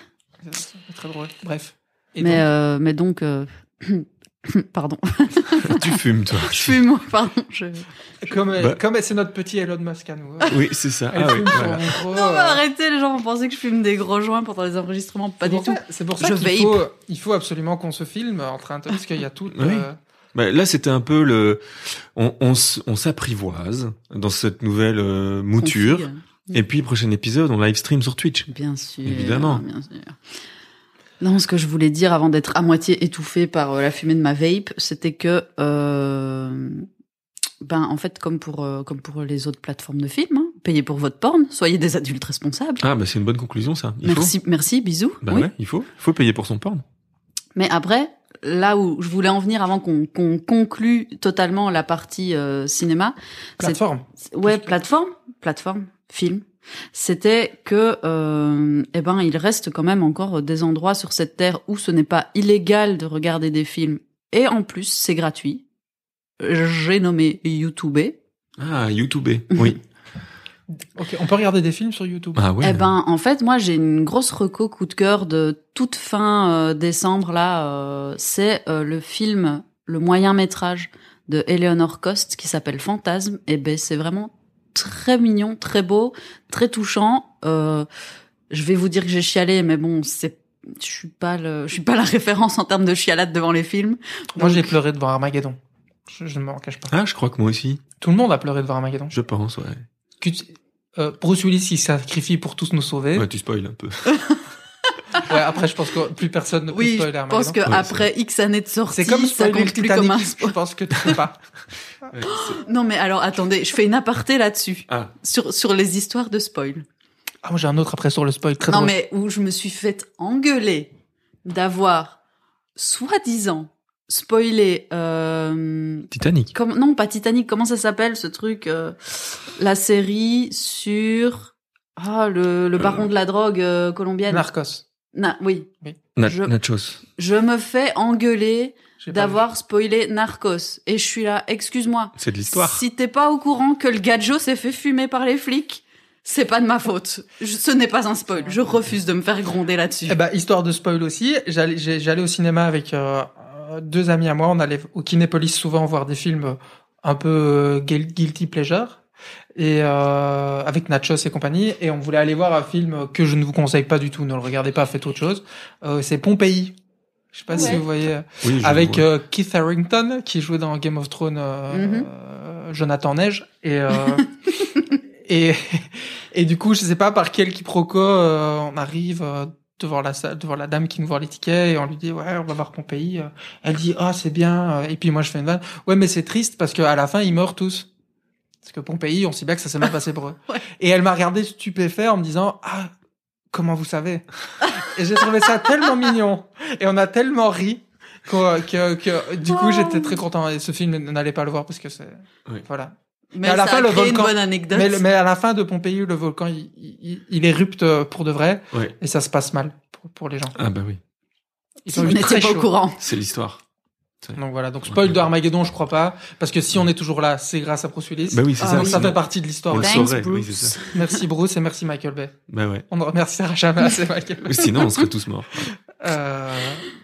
C'est très drôle. Bref. Et
Mais
donc,
euh, mais donc euh, (clears throat) (laughs) pardon.
(laughs) tu fumes, toi.
Je fume. Pardon. Je...
comme euh,
bah-
comme c'est notre petit Elon Musk à nous. euh,
Oui, c'est ça.
elle
Ah oui,
fume son
voilà.
gros,
Non, mais
euh,
arrêtez, les gens vont penser que je fume des gros joints pendant les enregistrements. Pas
c'est
du
pour
tout.
ça- C'est pour ça
Je
qu'il
vape.
faut il faut absolument qu'on se filme en train de parce qu'il y a tout.
Oui.
euh,
Bah, là, c'était un peu le. On, on s- on s'apprivoise dans cette nouvelle euh, mouture.
Config,
Et puis, prochain épisode, on live stream sur Twitch.
Bien sûr.
Évidemment.
Bien sûr. Non, ce que je voulais dire avant d'être à moitié étouffée par euh, la fumée de ma vape, c'était que euh, ben en fait comme pour euh, comme pour les autres plateformes de films, hein, payez pour votre porn, soyez des adultes responsables.
Ah, bah c'est une bonne conclusion, ça. Il
merci, merci, bisous.
Faut. Bah
Oui.
ouais, il faut. Il faut payer pour son porn.
Mais après, là où je voulais en venir avant qu'on qu'on conclue totalement la partie euh, cinéma, c'est-
Plateforme.
c'est- ouais,
Plus que-
plateforme, plateforme, film. C'était que, euh, eh ben, il reste quand même encore des endroits sur cette terre où ce n'est pas illégal de regarder des films. Et en plus, c'est gratuit. Euh, J'ai nommé YouTube.
Ah, YouTube. (laughs) Oui.
Ok, on peut regarder des films sur YouTube.
ah ouais.
Eh ben, en fait, moi, j'ai une grosse reco coup de cœur de toute fin euh, décembre là. euh, c'est euh, le film, le moyen métrage de Eleanor Cost qui s'appelle Fantasme. Et ben, c'est vraiment très mignon, très beau, très touchant. Euh, je vais vous dire que j'ai chialé, mais bon, c'est je suis pas le, je suis pas la (laughs) référence en termes de chialade devant les films. Donc-
Moi, j'ai pleuré devant Armageddon. Je, je ne m'en cache pas.
Ah, je crois que moi aussi.
Tout le monde a pleuré devant Armageddon.
Je pense, ouais.
Que tu- euh, Bruce Willis, il sacrifie pour tous nous sauver.
Ouais, tu spoil un peu.
Ouais, après, je pense que plus personne ne peut
Oui,
spoiler
je pense
Armageddon.
que
Ouais,
après X années de sortie,
C'est comme
ça
spoiler le
compte plus comme
Titanic.
un
Je
spoil.
pense que tu peux pas.
Ouais, c'est-
Non, mais alors attendez, je fais une aparté là-dessus
ah,
sur sur les histoires de spoil.
Ah, moi, j'ai un autre après sur le spoil. Très
Non,
drôle.
mais où je me suis faite engueuler d'avoir soi-disant spoilé. Euh,
Titanic.
comme, non, pas Titanic. Comment ça s'appelle ce truc euh, La série sur ah le, le baron de la drogue euh, colombienne.
Narcos.
Na- oui,
Na-
Je-
Nachos.
je me fais engueuler
J'ai pas
d'avoir spoilé Narcos et je suis là. Excuse-moi.
C'est de l'histoire.
Si t'es pas au courant que le gadjo s'est fait fumer par les flics, c'est pas de ma faute. Je- ce n'est pas un spoil. Je refuse de me faire gronder là-dessus.
Eh ben, histoire de spoil aussi, j'allais j'ai- j'allais au cinéma avec euh, deux amis à moi. On allait au Kinépolis souvent voir des films un peu euh, guil- guilty pleasure. Et euh, avec Nachos et compagnie, et on voulait aller voir un film que je ne vous conseille pas du tout, ne le regardez pas, faites autre chose. Euh, c'est Pompéi. Je sais pas si
Ouais.
vous voyez. euh,
Oui, je
avec
vois.
euh, Keith Harrington qui jouait dans Game of Thrones, euh,
Mhm.
euh, Jonathan Neige et euh, et et du coup je sais pas par quel quiproquo euh, on arrive euh, devant la salle, devant la dame qui nous vend les tickets et on lui dit ouais on va voir Pompéi euh. elle dit ah c'est bien et puis moi je fais une vanne ouais mais c'est triste parce que à la fin ils meurent tous parce que Pompéi on sait bien que ça s'est mal passé pour eux
(laughs) Ouais.
et elle m'a regardé stupéfait en me disant ah comment vous savez et j'ai trouvé ça tellement mignon et on a tellement ri qu'on- que, que, du coup
Oh.
j'étais très content et ce film n'allait pas le voir parce que c'est
Oui.
voilà
Mais
à la
ça
fin,
a
le
créé
volcan-
une bonne anecdote.
mais, le- mais à la fin de Pompéi le volcan il, il, il érupte pour de vrai
Ouais.
et ça se passe mal pour, pour les gens
Ah bah oui,
Si vous n'étiez pas au courant.
c'est l'histoire.
donc voilà donc spoil de Armageddon je crois pas parce que si on est toujours là c'est grâce à Bruce Willis
Bah oui, c'est
Ah
ça.
donc ça
sinon-
fait partie de l'histoire
On le
Thanks,
saurait, oui,
Bruce.
c'est ça.
merci Bruce et merci Michael Bay
Bah ouais.
on ne remerciera jamais (laughs) assez Michael Bay
Sinon, on serait tous morts.
euh,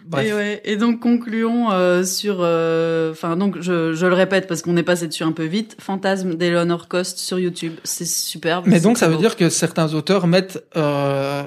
bref
Et, ouais, et donc concluons euh, sur, euh, enfin donc je, je le répète parce qu'on est passé dessus un peu vite. Fantasme d'Eleanor Cost sur YouTube, c'est superbe.
Mais
c'est
donc, ça
très
veut
beau.
dire que certains auteurs mettent euh,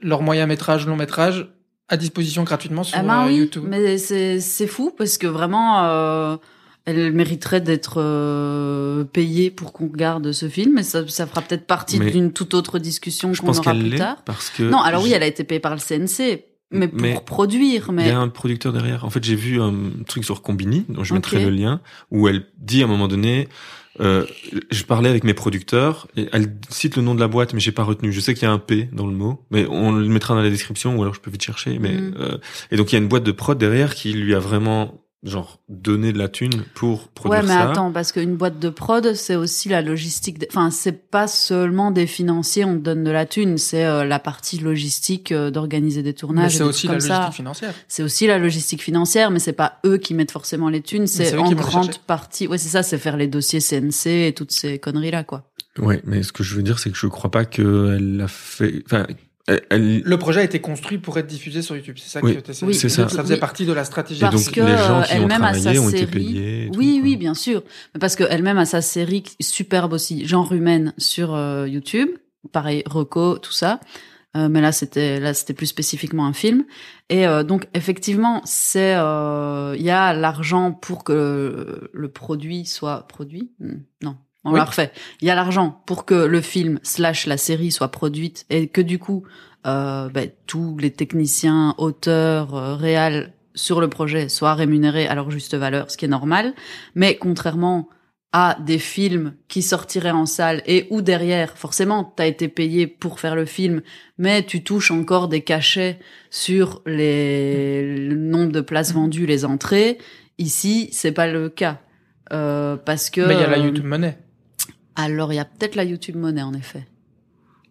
leur moyen métrage, long métrage à disposition gratuitement sur
Ah ben
euh,
oui,
YouTube.
mais c'est c'est fou parce que vraiment, euh, elle mériterait d'être euh, payée pour qu'on regarde ce film. Et ça, ça fera peut-être partie
Mais
d'une toute autre discussion
Je
qu'on
pense
aura
qu'elle
plus
l'est
tard.
parce que.
Non, alors oui,
j'ai-
elle a été payée par le CNC, mais pour
Mais-
produire,
Il y
mais
a un producteur derrière. En fait, j'ai vu un truc sur Combini, dont je
Ok.
mettrai le lien, où elle dit à un moment donné, euh, je parlais avec mes producteurs, et elle cite le nom de la boîte, mais j'ai pas retenu. Je sais qu'il y a un P dans le mot, mais on le mettra dans la description, ou alors je peux vite chercher. Mais
Mhm.
euh, et donc il y a une boîte de prod derrière qui lui a vraiment genre donné de la thune pour produire
ouais, mais
ça.
attends, parce qu'une boîte de prod, c'est aussi la logistique. des- Enfin, c'est pas seulement des financiers, on te donne de la thune, c'est euh, la partie logistique euh, d'organiser des
Mais
tournages. et
c'est
des
aussi la
trucs comme
logistique
ça.
financière.
C'est aussi la logistique financière, mais c'est pas eux qui mettent forcément les thunes,
c'est
c'est
eux
en
qui vont les
grande
chercher.
partie. Ouais, c'est ça, c'est faire les dossiers CNC et toutes ces conneries là, quoi.
Ouais, mais ce que je veux dire, c'est que je crois pas qu'elle l'a fait. Enfin, elle, elle-
Le projet a été construit pour être diffusé sur YouTube. C'est ça
Oui,
que t'essayes
oui,
de
c'est
dire.
ça.
faisait
Oui.
partie de la stratégie.
et
parce
donc
que,
les gens
euh,
qui ont
elle-même a sa
travaillé ont été
série.
payés. et tout,
Oui,
quoi.
oui, bien sûr. Mais parce que elle-même a sa série qui- superbe aussi, genre humaine sur euh, YouTube, pareil, Reco, tout ça. Euh, mais là, c'était là, c'était plus spécifiquement un film. Et euh, donc, effectivement, c'est euh, il y a l'argent pour que le produit soit produit. Hmm, Non, on
Oui.
l'a refait. Il y a l'argent pour que le film slash la série soit produite et que du coup, euh, ben, tous les techniciens, auteurs, euh, réals sur le projet soient rémunérés à leur juste valeur, ce qui est normal. Mais contrairement à des films qui sortiraient en salle et où derrière, forcément, t'as été payé pour faire le film, mais tu touches encore des cachets sur les, le nombre de places vendues, les entrées. Ici, c'est pas le cas. Euh, parce que. euh,
Mais il y a la YouTube Money.
Alors, il y a peut-être la YouTube Money, en effet.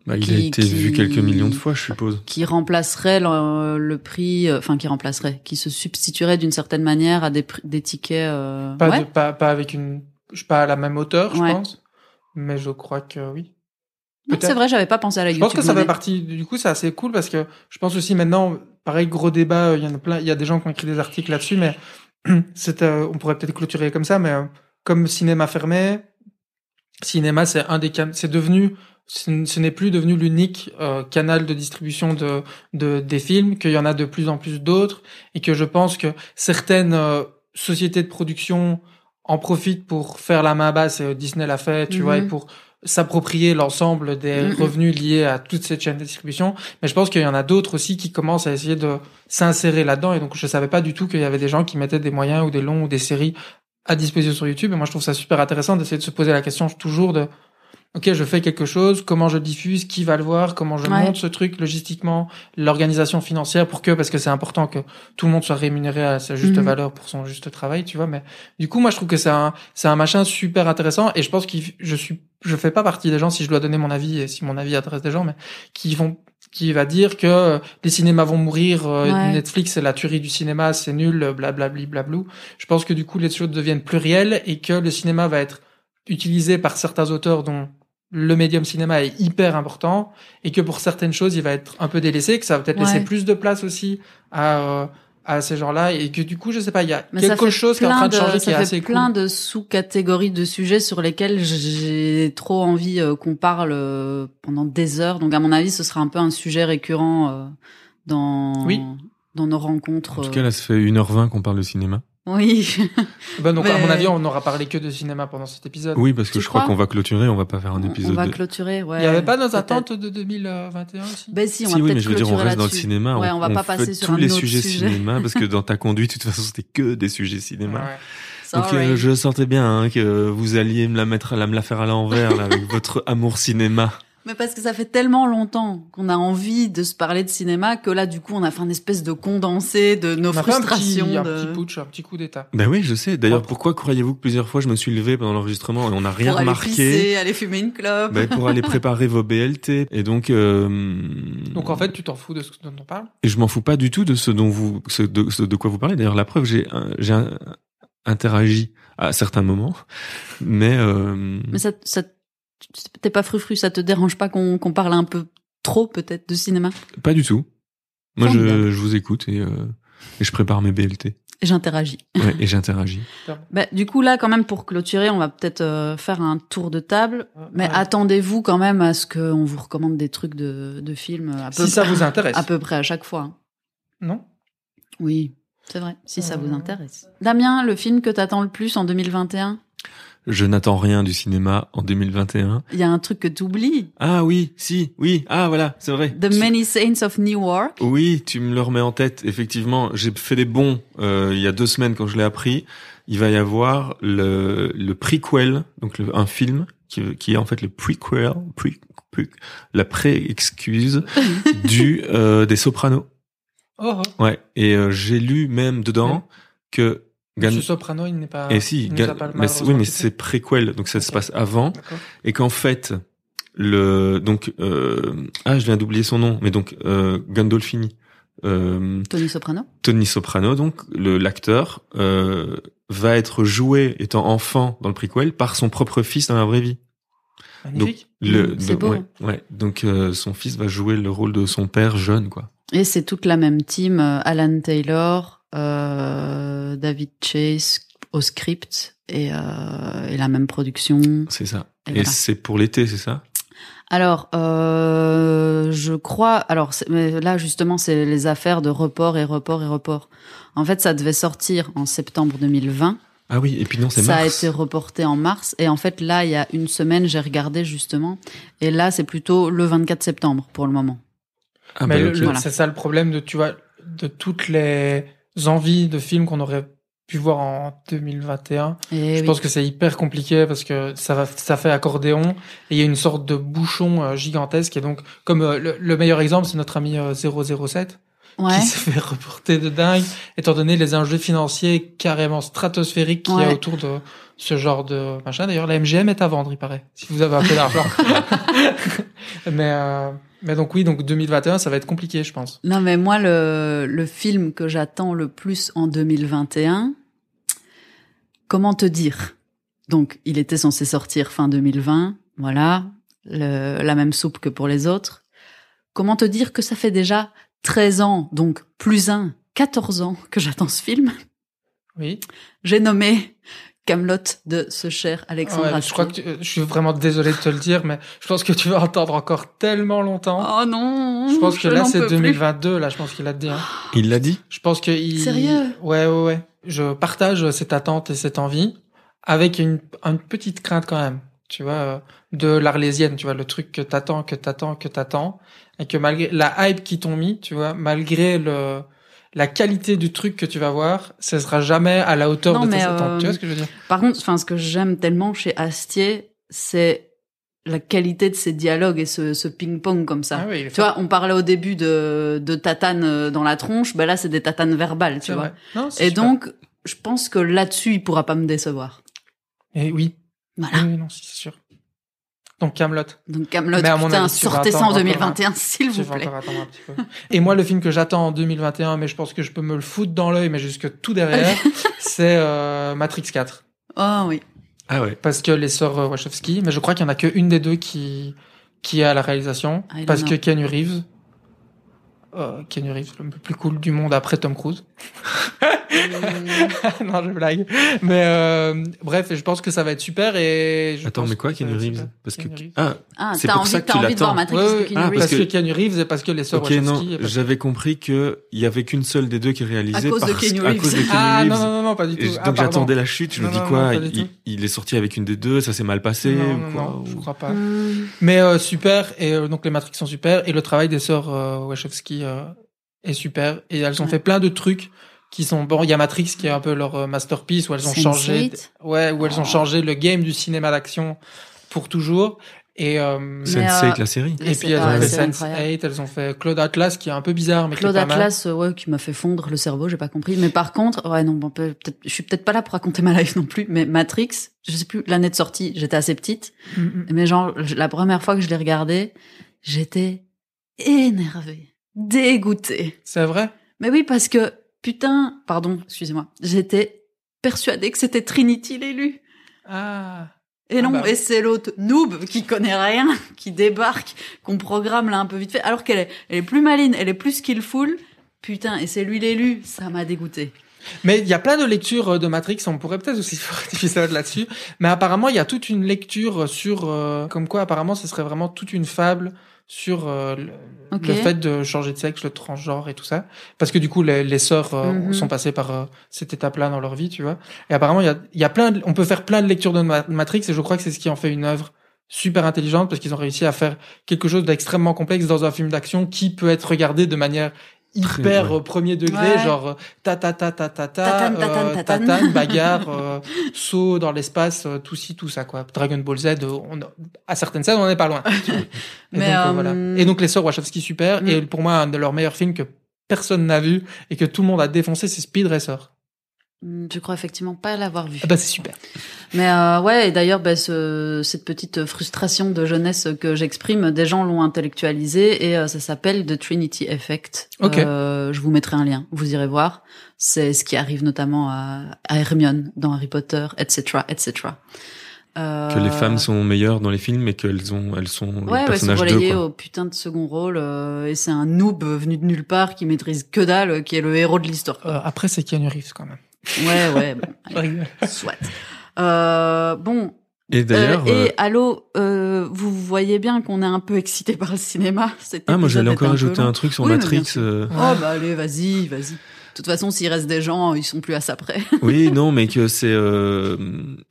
Bah, il qui, a été qui, vu quelques millions de fois, je suppose.
Qui remplacerait le, le prix, euh, enfin qui remplacerait, qui se substituerait d'une certaine manière à des, des tickets. Euh...
Pas,
ouais.
de, pas, pas, avec une, je pas à la même hauteur, je ouais. pense, mais je crois que oui.
C'est vrai, j'avais pas pensé à la.
Je
YouTube
pense que ça fait partie. Du coup, c'est assez cool parce que je pense aussi maintenant, pareil, gros débat. euh, Il y en a plein. Il y a des gens qui ont écrit des articles là-dessus, mais (clears throat) c'est, euh, on pourrait peut-être clôturer comme ça. Mais euh, comme cinéma fermé, cinéma, c'est un des c'est devenu ce n'est plus devenu l'unique euh, canal de distribution de, de des films, qu'il y en a de plus en plus d'autres, et que je pense que certaines euh, sociétés de production en profitent pour faire la main basse, et euh, Disney l'a fait, tu mm -hmm. vois, et pour s'approprier l'ensemble des mm -hmm. revenus liés à toute cette chaîne de distribution. Mais je pense qu'il y en a d'autres aussi qui commencent à essayer de s'insérer là-dedans, et donc je savais pas du tout qu'il y avait des gens qui mettaient des moyens ou des longs ou des séries à disposition sur YouTube, et moi je trouve ça super intéressant d'essayer de se poser la question toujours de ok, je fais quelque chose, comment je diffuse, qui va le voir, comment je ouais. monte ce truc logistiquement, l'organisation financière pour que, parce que c'est important que tout le monde soit rémunéré à sa juste mm -hmm. valeur pour son juste travail, tu vois. Mais du coup, moi, je trouve que c'est un, c'est un machin super intéressant et je pense que je suis, je fais pas partie des gens si je dois donner mon avis et si mon avis adresse des gens, mais qui vont qui va dire que euh, les cinémas vont mourir, euh, ouais. Netflix c'est la tuerie du cinéma, c'est nul, blablabli, blablou. Je pense que du coup les choses deviennent plurielles et que le cinéma va être utilisé par certains auteurs dont le médium cinéma est hyper important et que pour certaines choses, il va être un peu délaissé, que ça va peut-être ouais. laisser plus de place aussi à, euh, à ces gens-là et que du coup, je sais pas, il y a Mais quelque chose qui est en train de changer
de,
qui est
fait
assez
plein
cool.
de sous-catégories de sujets sur lesquels j'ai trop envie euh, qu'on parle euh, pendant des heures. Donc, à mon avis, ce sera un peu un sujet récurrent euh, dans,
oui.
dans nos rencontres. euh,
En tout cas, là, ça fait 1h20 qu'on parle de cinéma.
Oui.
ben donc, Mais... à mon avis, on n'aura parlé que de cinéma pendant cet épisode.
Oui, parce que tu je crois, crois qu'on va clôturer, on va pas faire un
(laughs) Euh,
épisode.
On va clôturer, ouais.
Il n'y avait pas nos attentes de euh, 2021 aussi
Ben si, on
si,
va
oui, mais je veux dire, on reste dans le
dessus.
cinéma.
Ouais, on,
on
va pas
fait
passer sur
tous
un
les
autre
sujets
sujet.
cinéma,
(laughs)
parce que dans ta conduite, de toute façon, c'était que des sujets cinéma.
Ouais.
Ah,
Donc euh, je sentais bien hein, que vous alliez me la mettre, la, me la faire à l'envers
(laughs)
là, avec votre amour cinéma.
Mais parce que ça fait tellement longtemps qu'on a envie de se parler de cinéma que là, du coup, on a fait une espèce de condensé de nos
On a fait
frustrations.
Un petit,
de...
un petit putsch, un petit coup d'état.
Ben oui, je sais. D'ailleurs, pourquoi croyez-vous que plusieurs fois je me suis levé pendant l'enregistrement et on n'a rien
Oh. pour
remarqué
aller pisser, aller fumer une clope.
ben, Pour
(laughs)
aller préparer vos BLT. Et donc. euh,
Donc en fait, tu t'en fous de ce dont on parle
Et je m'en fous pas du tout de ce dont vous, ce de, ce de quoi vous parlez. D'ailleurs, la preuve, j'ai, un- j'ai un- interagi à certains moments, mais. euh,
Mais ça, ça t'es pas frufru, ça te dérange pas qu'on qu'on parle un peu trop peut-être de cinéma
Pas du tout. Moi,
Formidable.
je, je vous écoute et, euh, et je prépare mes BLT.
J'interagis.
Ouais, et j'interagis.
Bah, du coup là, quand même pour clôturer, on va peut-être euh, faire un tour de table. Mais
Ouais.
attendez-vous quand même à ce qu'on vous recommande des trucs de, de films à peu,
si ça vous intéresse.
à peu près à chaque fois. hein.
Non
Oui, c'est vrai, si ça vous
Euh.
intéresse. Damien, le film que t'attends le plus en 2021,
Je n'attends rien du cinéma en 2021.
il y a un truc que t'oublies.
Ah oui, si, oui, ah voilà, c'est vrai.
The
Tu-
Many Saints of Newark.
Oui, tu me le remets en tête. Effectivement, j'ai fait des bons euh, il y a deux semaines quand je l'ai appris. Il va y avoir le, le prequel, donc le- un film qui, qui est en fait le prequel, pre, pre-
(laughs)
la pré-excuse du euh, des Sopranos.
Oh, oh.
Ouais. Et euh, j'ai lu même dedans que Gan-
Monsieur Soprano, il n'est pas.
et Eh si,
il nous
Gan-
a pas
mais c'est- oui,
malheureusement
mais
quitté.
c'est préquel, donc ça se
Ok.
passe avant
D'accord.
et qu'en fait le donc euh, ah je viens d'oublier son nom mais donc euh, Gandolfini euh,
Tony Soprano.
Tony Soprano donc le l'acteur euh, va être joué étant enfant dans le prequel par son propre fils dans la vraie vie
Magnifique.
le
Mmh, C'est
donc,
beau.
ouais, ouais. donc euh, son fils va jouer le rôle de son père jeune quoi
Et c'est toute la même team, euh, Alan Taylor, euh, David Chase au script et, euh, et la même production.
c'est ça
Et
et,
voilà.
c'est pour l'été c'est ça
Alors, euh, je crois. Alors c'est- mais là, justement, c'est les affaires de report et report et report. En fait, ça devait sortir en septembre 2020.
ah oui et puis non c'est
Ça a
mars
été reporté en mars. Et en fait, là, il y a une semaine, j'ai regardé justement. Et là, c'est plutôt le 24 septembre pour le moment.
ah,
mais
bah,
le-
ok.
le-
Voilà.
c'est ça le problème de tu vois de toutes les envies de films qu'on aurait pu voir en 2021.
Eh
Et je oui. pense que c'est hyper compliqué parce que ça va, ça fait accordéon et il y a une sorte de bouchon euh, gigantesque et donc comme euh, le, le, meilleur exemple c'est notre ami euh, 007 ouais. qui s'est fait reporter de dingue étant donné les enjeux financiers carrément stratosphériques qu'il ouais. y a autour de ce genre de machin. D'ailleurs la MGM est à vendre il paraît si vous avez un peu (laughs) d'argent. mais euh, mais donc oui, donc 2021, ça va être compliqué, je pense.
Non, mais moi, le, le film que j'attends le plus en 2021, comment te dire Donc, il était censé sortir fin 2020, voilà, le, la même soupe que pour les autres. Comment te dire que ça fait déjà 13 ans, donc plus un, 14 ans que j'attends ce film
Oui.
J'ai nommé Camelot de ce cher Alexandre ouais,
Je crois que tu, je suis vraiment désolé de te le dire, mais je pense que tu vas entendre encore tellement longtemps.
Oh non.
Je pense que je là c'est 2022, là je pense qu'il a dit. Hein.
Il l'a dit.
Je pense que il...
Sérieux.
Ouais ouais ouais. Je partage cette attente et cette envie avec une, une petite crainte quand même. Tu vois, euh, de l'arlésienne, tu vois, le truc que t'attends, que t'attends, que t'attends, et que malgré la hype qui t'ont mis, tu vois, malgré le, la qualité du truc que tu vas voir, ça sera jamais à la hauteur non, de tes euh... attentes. Tu vois ce que je veux dire
Par contre, enfin, ce que j'aime tellement chez Astier, c'est la qualité de ses dialogues et ce, ce ping-pong comme ça.
Ah oui,
euh, tu vois, on parlait au début de, de tatanes dans la tronche, ben là, c'est des tatanes verbales, tu vois.
Non,
et super. donc, je pense que là-dessus, il pourra pas me décevoir.
Et oui.
Voilà.
Oui, non, c'est sûr. Donc Camelot.
Donc Camelot. Putain, avis, sortez ça en 2021, s'il vous plaît.
Un petit peu. (laughs) Et moi, le film que j'attends en 2021, mais je pense que je peux me le foutre dans l'œil, mais jusque tout (laughs) derrière, c'est euh, Matrix 4.
Ah oh,
(laughs)
oui.
Ah ouais.
Parce que les sœurs euh, Wachowski, mais je crois qu'il y en a qu'une des deux qui qui est à la réalisation, parce know. que Ken Reeves, euh, Ken Reeves, le plus cool du monde après Tom Cruise. (laughs) non, je blague. Mais euh, bref, je pense que ça va être super et je
Attends,
pense
mais quoi Keanu Reeves parce que
Reeves.
ah,
ah c'est pour envie, ça que tu l'attends. Ouais,
ouais, ah, parce que Keanu Reeves et parce que les sœurs euh,
OK, non, j'avais compris que il y avait qu'une seule des deux qui réalisait
à cause
parce,
de Keanu Reeves.
Cause de Keanu
ah
Reeves.
non non non, pas du tout.
Et donc
ah,
j'attendais la chute, je non, me dis quoi non, il, il, est sorti avec une des deux, ça s'est mal passé
non,
ou quoi, ou...
je crois pas. Mmh. Mais euh, super et euh, donc les Matrix sont super et le travail des sœurs euh, Wachowski est super et elles ont fait plein de trucs qui sont bon il y a Matrix qui est un peu leur euh, masterpiece où elles ont Sense8. changé ouais où elles oh. ont changé le game du cinéma d'action pour toujours et euh,
Sense8 euh, la série
et puis elles ont fait Sense8 elles ont fait Claude Atlas qui est un peu bizarre mais
Claude
qui est pas
Atlas mal. ouais qui m'a fait fondre le cerveau j'ai pas compris mais par contre ouais non bon, peut-être je suis peut-être pas là pour raconter ma life non plus mais Matrix je sais plus l'année de sortie j'étais assez petite mm -hmm. mais genre la première fois que je l'ai regardé j'étais énervée dégoûtée
c'est vrai
mais oui parce que putain, pardon, excusez-moi, j'étais persuadée que c'était Trinity l'élu.
Ah.
Et non,
ah bah.
et c'est l'autre noob qui connaît rien, (laughs) qui débarque, qu'on programme là un peu vite fait, alors qu'elle est, elle est plus maline, elle est plus skillful. Putain, et c'est lui l'élu, ça m'a dégoûté.
Mais il y a plein de lectures euh, de Matrix, on pourrait peut-être aussi (laughs) faire un épisode là-dessus, mais apparemment il y a toute une lecture sur, euh, comme quoi apparemment ce serait vraiment toute une fable sur euh, le, okay. le, fait de changer de sexe, le transgenre et tout ça. Parce que du coup, les, les sœurs euh,
Mhm.
mm -hmm. sont passées par euh, cette étape-là dans leur vie, tu vois. Et apparemment, il y a, y a plein de, on peut faire plein de lectures de Matrix et je crois que c'est ce qui en fait une œuvre super intelligente parce qu'ils ont réussi à faire quelque chose d'extrêmement complexe dans un film d'action qui peut être regardé de manière hyper ouais. premier degré
ouais.
genre euh, ta ta ta ta ta ta
tatane, tatane,
euh, tatane bagarre
(laughs)
euh, saut dans l'espace euh, tout ci tout ça quoi Dragon Ball Z euh, on, à certaines scènes on n'est pas loin et,
Mais euh,
donc, euh, voilà. et donc les sœurs Wachowski super mm. et pour moi un de leurs meilleurs films que personne n'a vu et que tout le monde a défoncé c'est Speed Racer
Hmm, je crois effectivement pas l'avoir vu.
Ah bah c'est super.
Mais euh, ouais, et d'ailleurs, bah, ce, cette petite frustration de jeunesse que j'exprime, des gens l'ont intellectualisée et euh, ça s'appelle The Trinity Effect.
Okay.
Euh, je vous mettrai un lien, vous irez voir. C'est ce qui arrive notamment à, à Hermione dans Harry Potter, etc., etc.
Que les femmes sont meilleures dans les films et qu'elles ont, elles sont
Euh, ouais,
le personnage
ouais, sont relayées
2, quoi.
au putain de second rôle euh, et c'est un noob venu de nulle part qui maîtrise que dalle, euh, qui est le héros de l'histoire.
Euh, après, c'est Keanu Reeves quand même.
(laughs)
Ouais, ouais, bon, allez, soit. Euh, bon.
Et d'ailleurs.
Euh, et allô, euh, vous voyez bien qu'on est un peu excité par le cinéma. (laughs)
Ah, moi j'allais encore ajouter un truc sur
oui,
Matrix. euh,
Oh, bah allez, vas-y, vas-y. De toute façon, s'il reste des gens, ils sont plus à ça
(laughs)
près.
oui, non, mais que c'est euh,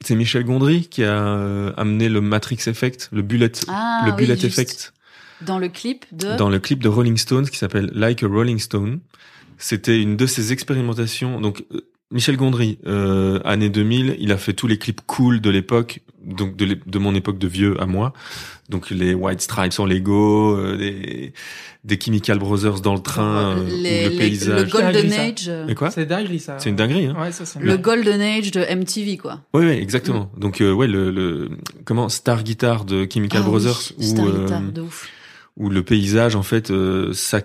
c'est Michel Gondry qui a euh, amené le Matrix Effect, le bullet,
ah,
le bullet
oui,
effect.
Dans le clip de.
Dans le clip de Rolling Stones qui s'appelle Like a Rolling Stone. C'était une de ses expérimentations. Donc euh, Michel Gondry, euh, année 2000, il a fait tous les clips cool de l'époque, donc de, de, mon époque de vieux à moi. Donc les White Stripes en Lego, euh, les, des Chemical Brothers dans le train, euh,
les,
le
les,
paysage.
Le Golden Age. euh,
Et quoi
C'est dinguerie ça.
C'est une dinguerie. Hein
ouais, ça, c'est
le Golden Age de MTV quoi.
Oui, ouais, exactement. Mm. Donc euh, ouais, le, le, comment Star Guitar de Chemical
ah,
Brothers euh,
oui, Star Guitar, de ouf
où le paysage en fait euh, ça,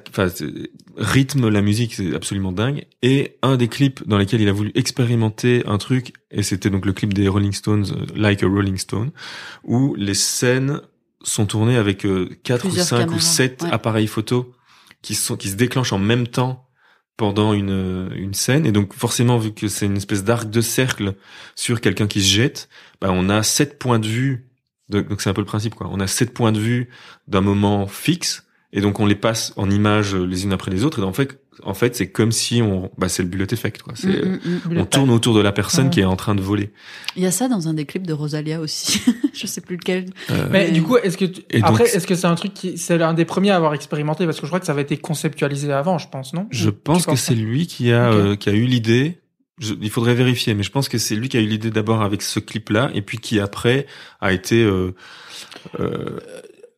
rythme la musique, c'est absolument dingue. Et un des clips dans lesquels il a voulu expérimenter un truc, et c'était donc le clip des Rolling Stones, euh, Like a Rolling Stone, où les scènes sont tournées avec euh, quatre ou cinq
caméras,
ou sept
ouais.
appareils photo qui sont qui se déclenchent en même temps pendant une, euh, une scène et donc forcément vu que c'est une espèce d'arc de cercle sur quelqu'un qui se jette, bah on a sept points de vue donc c'est un peu le principe quoi. On a sept points de vue d'un moment fixe et donc on les passe en images les unes après les autres et en fait en fait c'est comme si on bah c'est le bullet effect quoi. C'est,
mm,
Mm-hmm.
mm, mm,
on tourne autour de la personne ouais. qui est en train de voler.
Il y a ça dans un des clips de Rosalia aussi. (laughs) Je sais plus lequel.
Euh... Mais, mais, du coup est-ce que tu... et après donc... est-ce que c'est un truc qui c'est l'un des premiers à avoir expérimenté parce que je crois que ça avait été conceptualisé avant je pense non.
Je pense que c'est lui qui a okay. euh, qui a eu l'idée je, il faudrait vérifier, mais je pense que c'est lui qui a eu l'idée d'abord avec ce clip-là, et puis qui après a été euh, euh...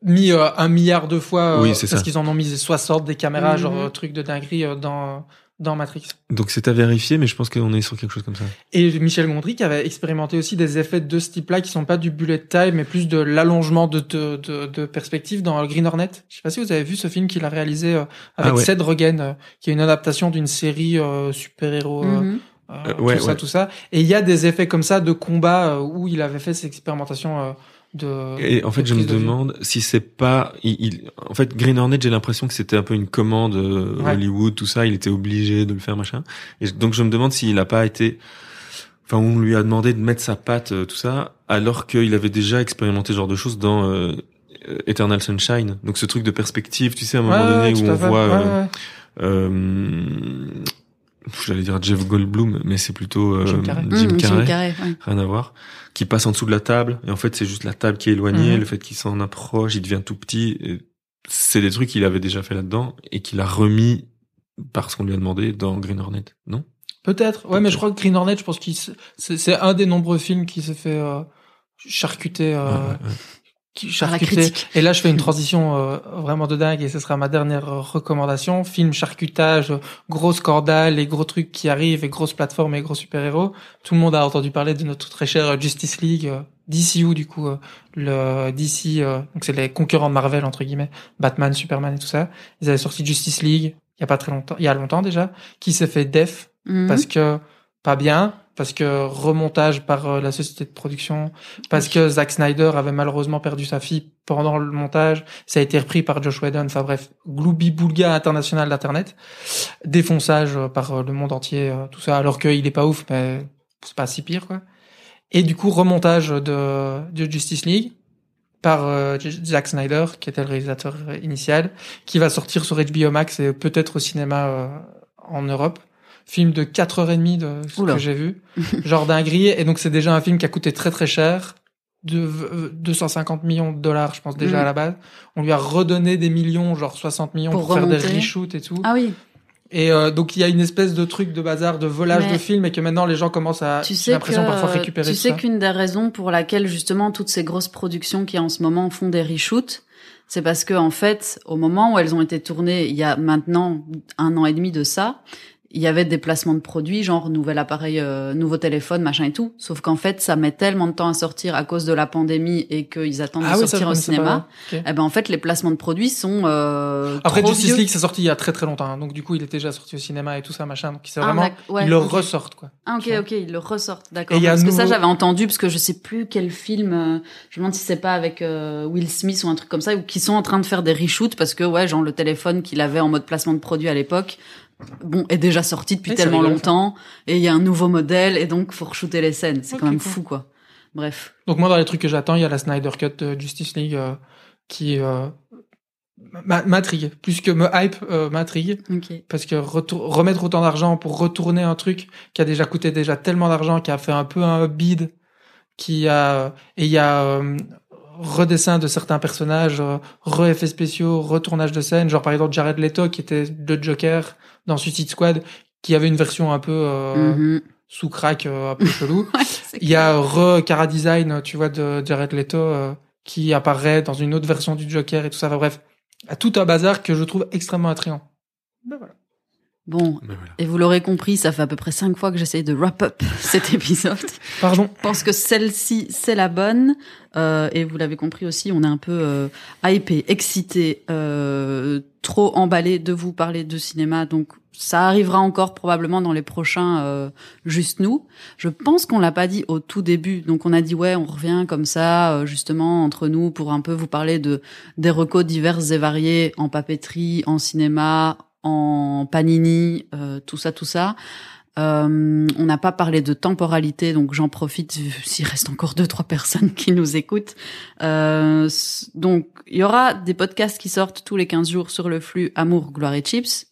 mis euh, un milliard de fois. euh,
Oui,
parce
ça.
qu'ils en ont mis 60 des caméras, mmh. genre truc de dinguerie euh, dans dans Matrix.
Donc c'est à vérifier, mais je pense qu'on est sur quelque chose comme ça.
Et Michel Gondry qui avait expérimenté aussi des effets de ce type-là qui sont pas du bullet time, mais plus de l'allongement de, de, de, de perspective dans Green Hornet. Je sais pas si vous avez vu ce film qu'il a réalisé euh, avec
ah ouais.
Seth Rogen, euh, qui est une adaptation d'une série euh, super-héros.
Mhm.
Mmh. Euh, ouais, tout ça, ouais. tout ça. Et il y a des effets comme ça de combat euh, où il avait fait ses expérimentations euh, de.
Et en fait,
de
je me
de
demande
vie.
si c'est pas. Il, il, en fait, Green Hornet, j'ai l'impression que c'était un peu une commande euh,
ouais.
Hollywood, tout ça. Il était obligé de le faire, machin. Et donc, je me demande s'il a pas été. Enfin, on lui a demandé de mettre sa patte, euh, tout ça, alors qu'il avait déjà expérimenté ce genre de choses dans euh, Eternal Sunshine. Donc, ce truc de perspective, tu sais, à un moment donné où on
fait.
voit euh, j'allais dire Jeff Goldblum, mais c'est plutôt euh,
Jim Carrey,
Jim
mmh,
Carrey,
Jim Carrey ouais.
rien à voir, qui passe en dessous de la table. Et en fait, c'est juste la table qui est éloignée, mmh. le fait qu'il s'en approche, il devient tout petit. Et c'est des trucs qu'il avait déjà fait là-dedans et qu'il a remis parce qu'on lui a demandé dans Green Hornet, non
Peut-être. Ouais, Peut-être. mais je crois que Green Hornet, je pense qu'il se... c'est, c'est un des nombreux films qui s'est fait euh, charcuter. Euh...
Ouais, Ah, ouais,
qui charcuté. Et là, je fais une transition euh, vraiment de dingue et ce sera ma dernière recommandation. Film charcutage, grosse cordale, les gros trucs qui arrivent, et grosses plateformes et gros super-héros. Tout le monde a entendu parler de notre très chère Justice League, euh, DCU du coup, euh, le DC, donc c'est les concurrents de Marvel entre guillemets, Batman, Superman et tout ça. Ils avaient sorti Justice League il y a pas très longtemps, il y a longtemps déjà, qui s'est fait def
mm-hmm.
parce que pas bien, parce que remontage par euh, la société de production, parce que Zack Snyder avait malheureusement perdu sa fille pendant le montage, ça a été repris par Josh Whedon, enfin bref, gloubi boulga international d'internet, défonçage euh, par le monde entier, euh, tout ça, alors qu'il est pas ouf, mais c'est pas si pire quoi. Et du coup remontage de, de Justice League par euh, Zack Snyder, qui était le réalisateur initial, qui va sortir sur HBO Max et peut-être au cinéma euh, en Europe film de 4h30 de ce
Oula.
que
(laughs)
j'ai vu, genre dinguerie. Et donc c'est déjà un film qui a coûté très très cher, de euh, 250 millions de dollars, je pense déjà
Mm.
à la base. On lui a redonné des millions, genre 60 millions
Pour
pour, faire des
remonter.
reshoots et tout.
Ah oui,
Et euh, donc il y a une espèce de truc de bazar, de volage
Mais-
de film, et que maintenant les gens commencent à,
tu
Ah, j'ai
sais que
l'impression parfois récupérer
tu
tout
sais
ça.
qu'une des raisons pour laquelle justement toutes ces grosses productions qui en ce moment font des reshoots, c'est parce que en fait, au moment où elles ont été tournées, il y a maintenant un an et demi de ça, il y avait des placements de produits, genre nouvel appareil, euh, nouveau téléphone, machin et tout. Sauf qu'en fait, ça met tellement de temps à sortir à cause de la pandémie et qu'ils attendent
Ah
de
oui, ça, je
sortir au
connaissais
cinéma.
pas, ok.
Eh ben en fait, les placements de produits sont euh,
Après
trop
Justice
vieux.
League, c'est sorti il y a très très longtemps, hein. donc du coup il était déjà sorti au cinéma et tout ça machin, donc c'est
Ah,
vraiment
d'ac- ouais,
ils le
ok.
ressortent quoi.
Ah ok
Tu vois.
ok ils le ressortent d'accord
Et il y a
parce que ça
nouveau-
j'avais entendu parce que je sais plus quel film euh, je me demande si c'est pas avec euh, Will Smith ou un truc comme ça ou qui sont en train de faire des reshoots parce que ouais genre le téléphone qu'il avait en mode placement de produit à l'époque bon est déjà sorti depuis
Ouais, c'est
tellement
rigolo,
longtemps et il y a un nouveau modèle et donc faut re-shooter les scènes c'est
Ok,
quand même
cool.
fou quoi bref
Donc moi dans les trucs que j'attends, il y a la Snyder Cut de Justice League euh, qui euh, m'a- m'intrigue plus que me hype, euh, m'intrigue
ok
parce que retour- remettre autant d'argent pour retourner un truc qui a déjà coûté déjà tellement d'argent, qui a fait un peu un bid, qui a et il y a euh, redessin de certains personnages, euh, re-effets spéciaux, retournage de scène, genre par exemple Jared Leto qui était le Joker dans Suicide Squad, qui avait une version un peu euh,
Mhm.
sous crack euh, un peu chelou. (laughs) ouais, il y a euh, Re Cara Design, tu vois, de Jared Leto, euh, qui apparaît dans une autre version du Joker et tout ça. Enfin, bref, à tout un bazar que je trouve extrêmement attrayant. Ben voilà.
Bon, ben voilà. et vous l'aurez compris, ça fait à peu près cinq fois que j'essaye de wrap up (laughs) cet épisode.
Pardon.
Je pense que celle-ci, c'est la bonne. Euh, et vous l'avez compris aussi, on est un peu euh, hypé, excité, euh, trop emballé de vous parler de cinéma. Donc, ça arrivera encore probablement dans les prochains euh, juste nous. Je pense qu'on l'a pas dit au tout début. Donc on a dit ouais, on revient comme ça euh, justement entre nous pour un peu vous parler de des recos diverses et variés en papeterie, en cinéma, en panini, euh, tout ça tout ça. Euh, on n'a pas parlé de temporalité, donc j'en profite s'il reste encore deux trois personnes qui nous écoutent. Euh, donc il y aura des podcasts qui sortent tous les 15 jours sur le flux Amour, Gloire et Chips.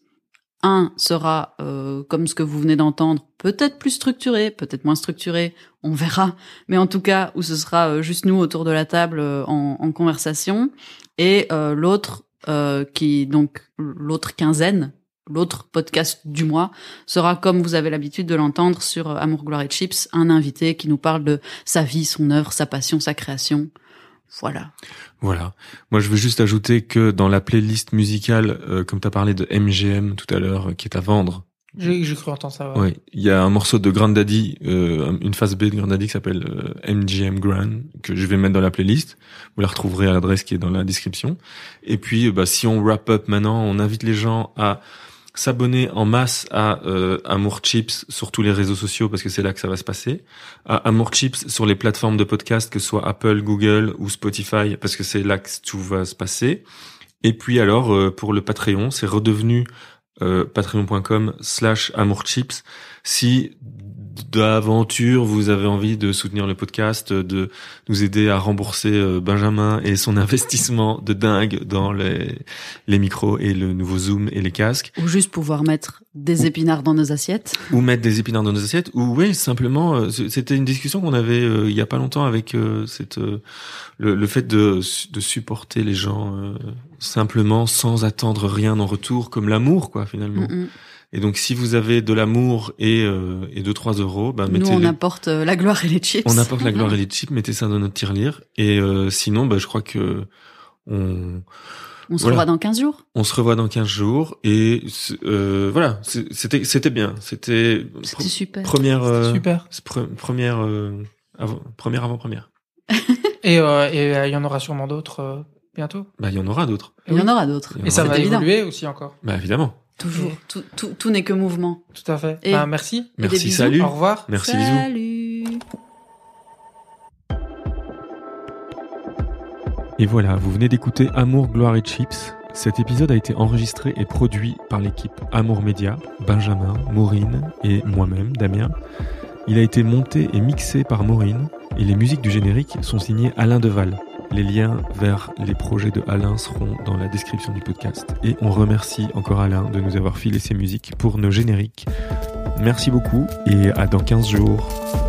Un sera, euh, comme ce que vous venez d'entendre, peut-être plus structuré, peut-être moins structuré, on verra. Mais en tout cas, où ce sera euh, juste nous autour de la table euh, en, en, conversation. Et euh, l'autre, euh, qui donc l'autre quinzaine, l'autre podcast du mois, sera comme vous avez l'habitude de l'entendre sur euh, Amour, Gloire et Chips, un invité qui nous parle de sa vie, son œuvre, sa passion, sa création. Voilà.
Voilà. Moi, je veux juste ajouter que dans la playlist musicale, euh, comme tu as parlé de MGM tout à l'heure, euh, qui est à vendre.
J'ai cru entendre ça.
Ouais. Oui. Il y a un morceau de Grand Daddy, euh, une phase B de Grand Daddy qui s'appelle euh, MGM Grand, que je vais mettre dans la playlist. Vous la retrouverez à l'adresse qui est dans la description. Et puis, bah, si on wrap up maintenant, on invite les gens à s'abonner en masse à euh, Amour Chips sur tous les réseaux sociaux parce que c'est là que ça va se passer. À Amour Chips sur les plateformes de podcast que ce soit Apple, Google ou Spotify parce que c'est là que tout va se passer. Et puis alors euh, pour le Patreon, c'est redevenu euh, patreon.com slash amourchips si d'aventure vous avez envie de soutenir le podcast de nous aider à rembourser euh, Benjamin et son (laughs) investissement de dingue dans les, les micros et le nouveau zoom et les casques
ou juste pouvoir mettre des épinards ou, dans nos assiettes
ou mettre des épinards dans nos assiettes ou oui simplement euh, c'était une discussion qu'on avait euh, il y a pas longtemps avec euh, cette le, le, fait de, de supporter les gens euh, simplement sans attendre rien en retour, comme l'amour, quoi, finalement. Mm -mm. Et donc, si vous avez de l'amour et, euh, et 2-3 euros, bah, mettez
Nous, on les... apporte euh, la gloire et les chips.
On apporte la gloire et les chips, mettez ça dans notre tirelire. Et euh, sinon, bah, je crois que on...
(laughs) On se voilà. revoit dans 15 jours.
On se revoit dans 15 jours. Et euh, voilà, c'était c'était bien. C'était
pr super.
Première, euh,
super.
Pre première, euh, avant, première avant-première.
et euh, il y en aura sûrement d'autres euh, bientôt.
Bah, il y en aura d'autres.
Il y en aura d'autres.
Et ça va évoluer aussi encore.
Bah, évidemment.
Toujours. Et... Tout, tout, tout n'est que mouvement.
Tout à fait. Et... Bah, merci.
Et merci, salut.
Au revoir.
Merci,
salut.
bisous. Et voilà, vous venez d'écouter Amour, Gloire et Chips. Cet épisode a été enregistré et produit par l'équipe Amour Média, Benjamin, Maureen et moi-même, Damien. Il a été monté et mixé par Maureen et les musiques du générique sont signées Alain Deval. Les liens vers les projets de Alain seront dans la description du podcast. Et on remercie encore Alain de nous avoir filé ses musiques pour nos génériques. Merci beaucoup et à dans 15 jours.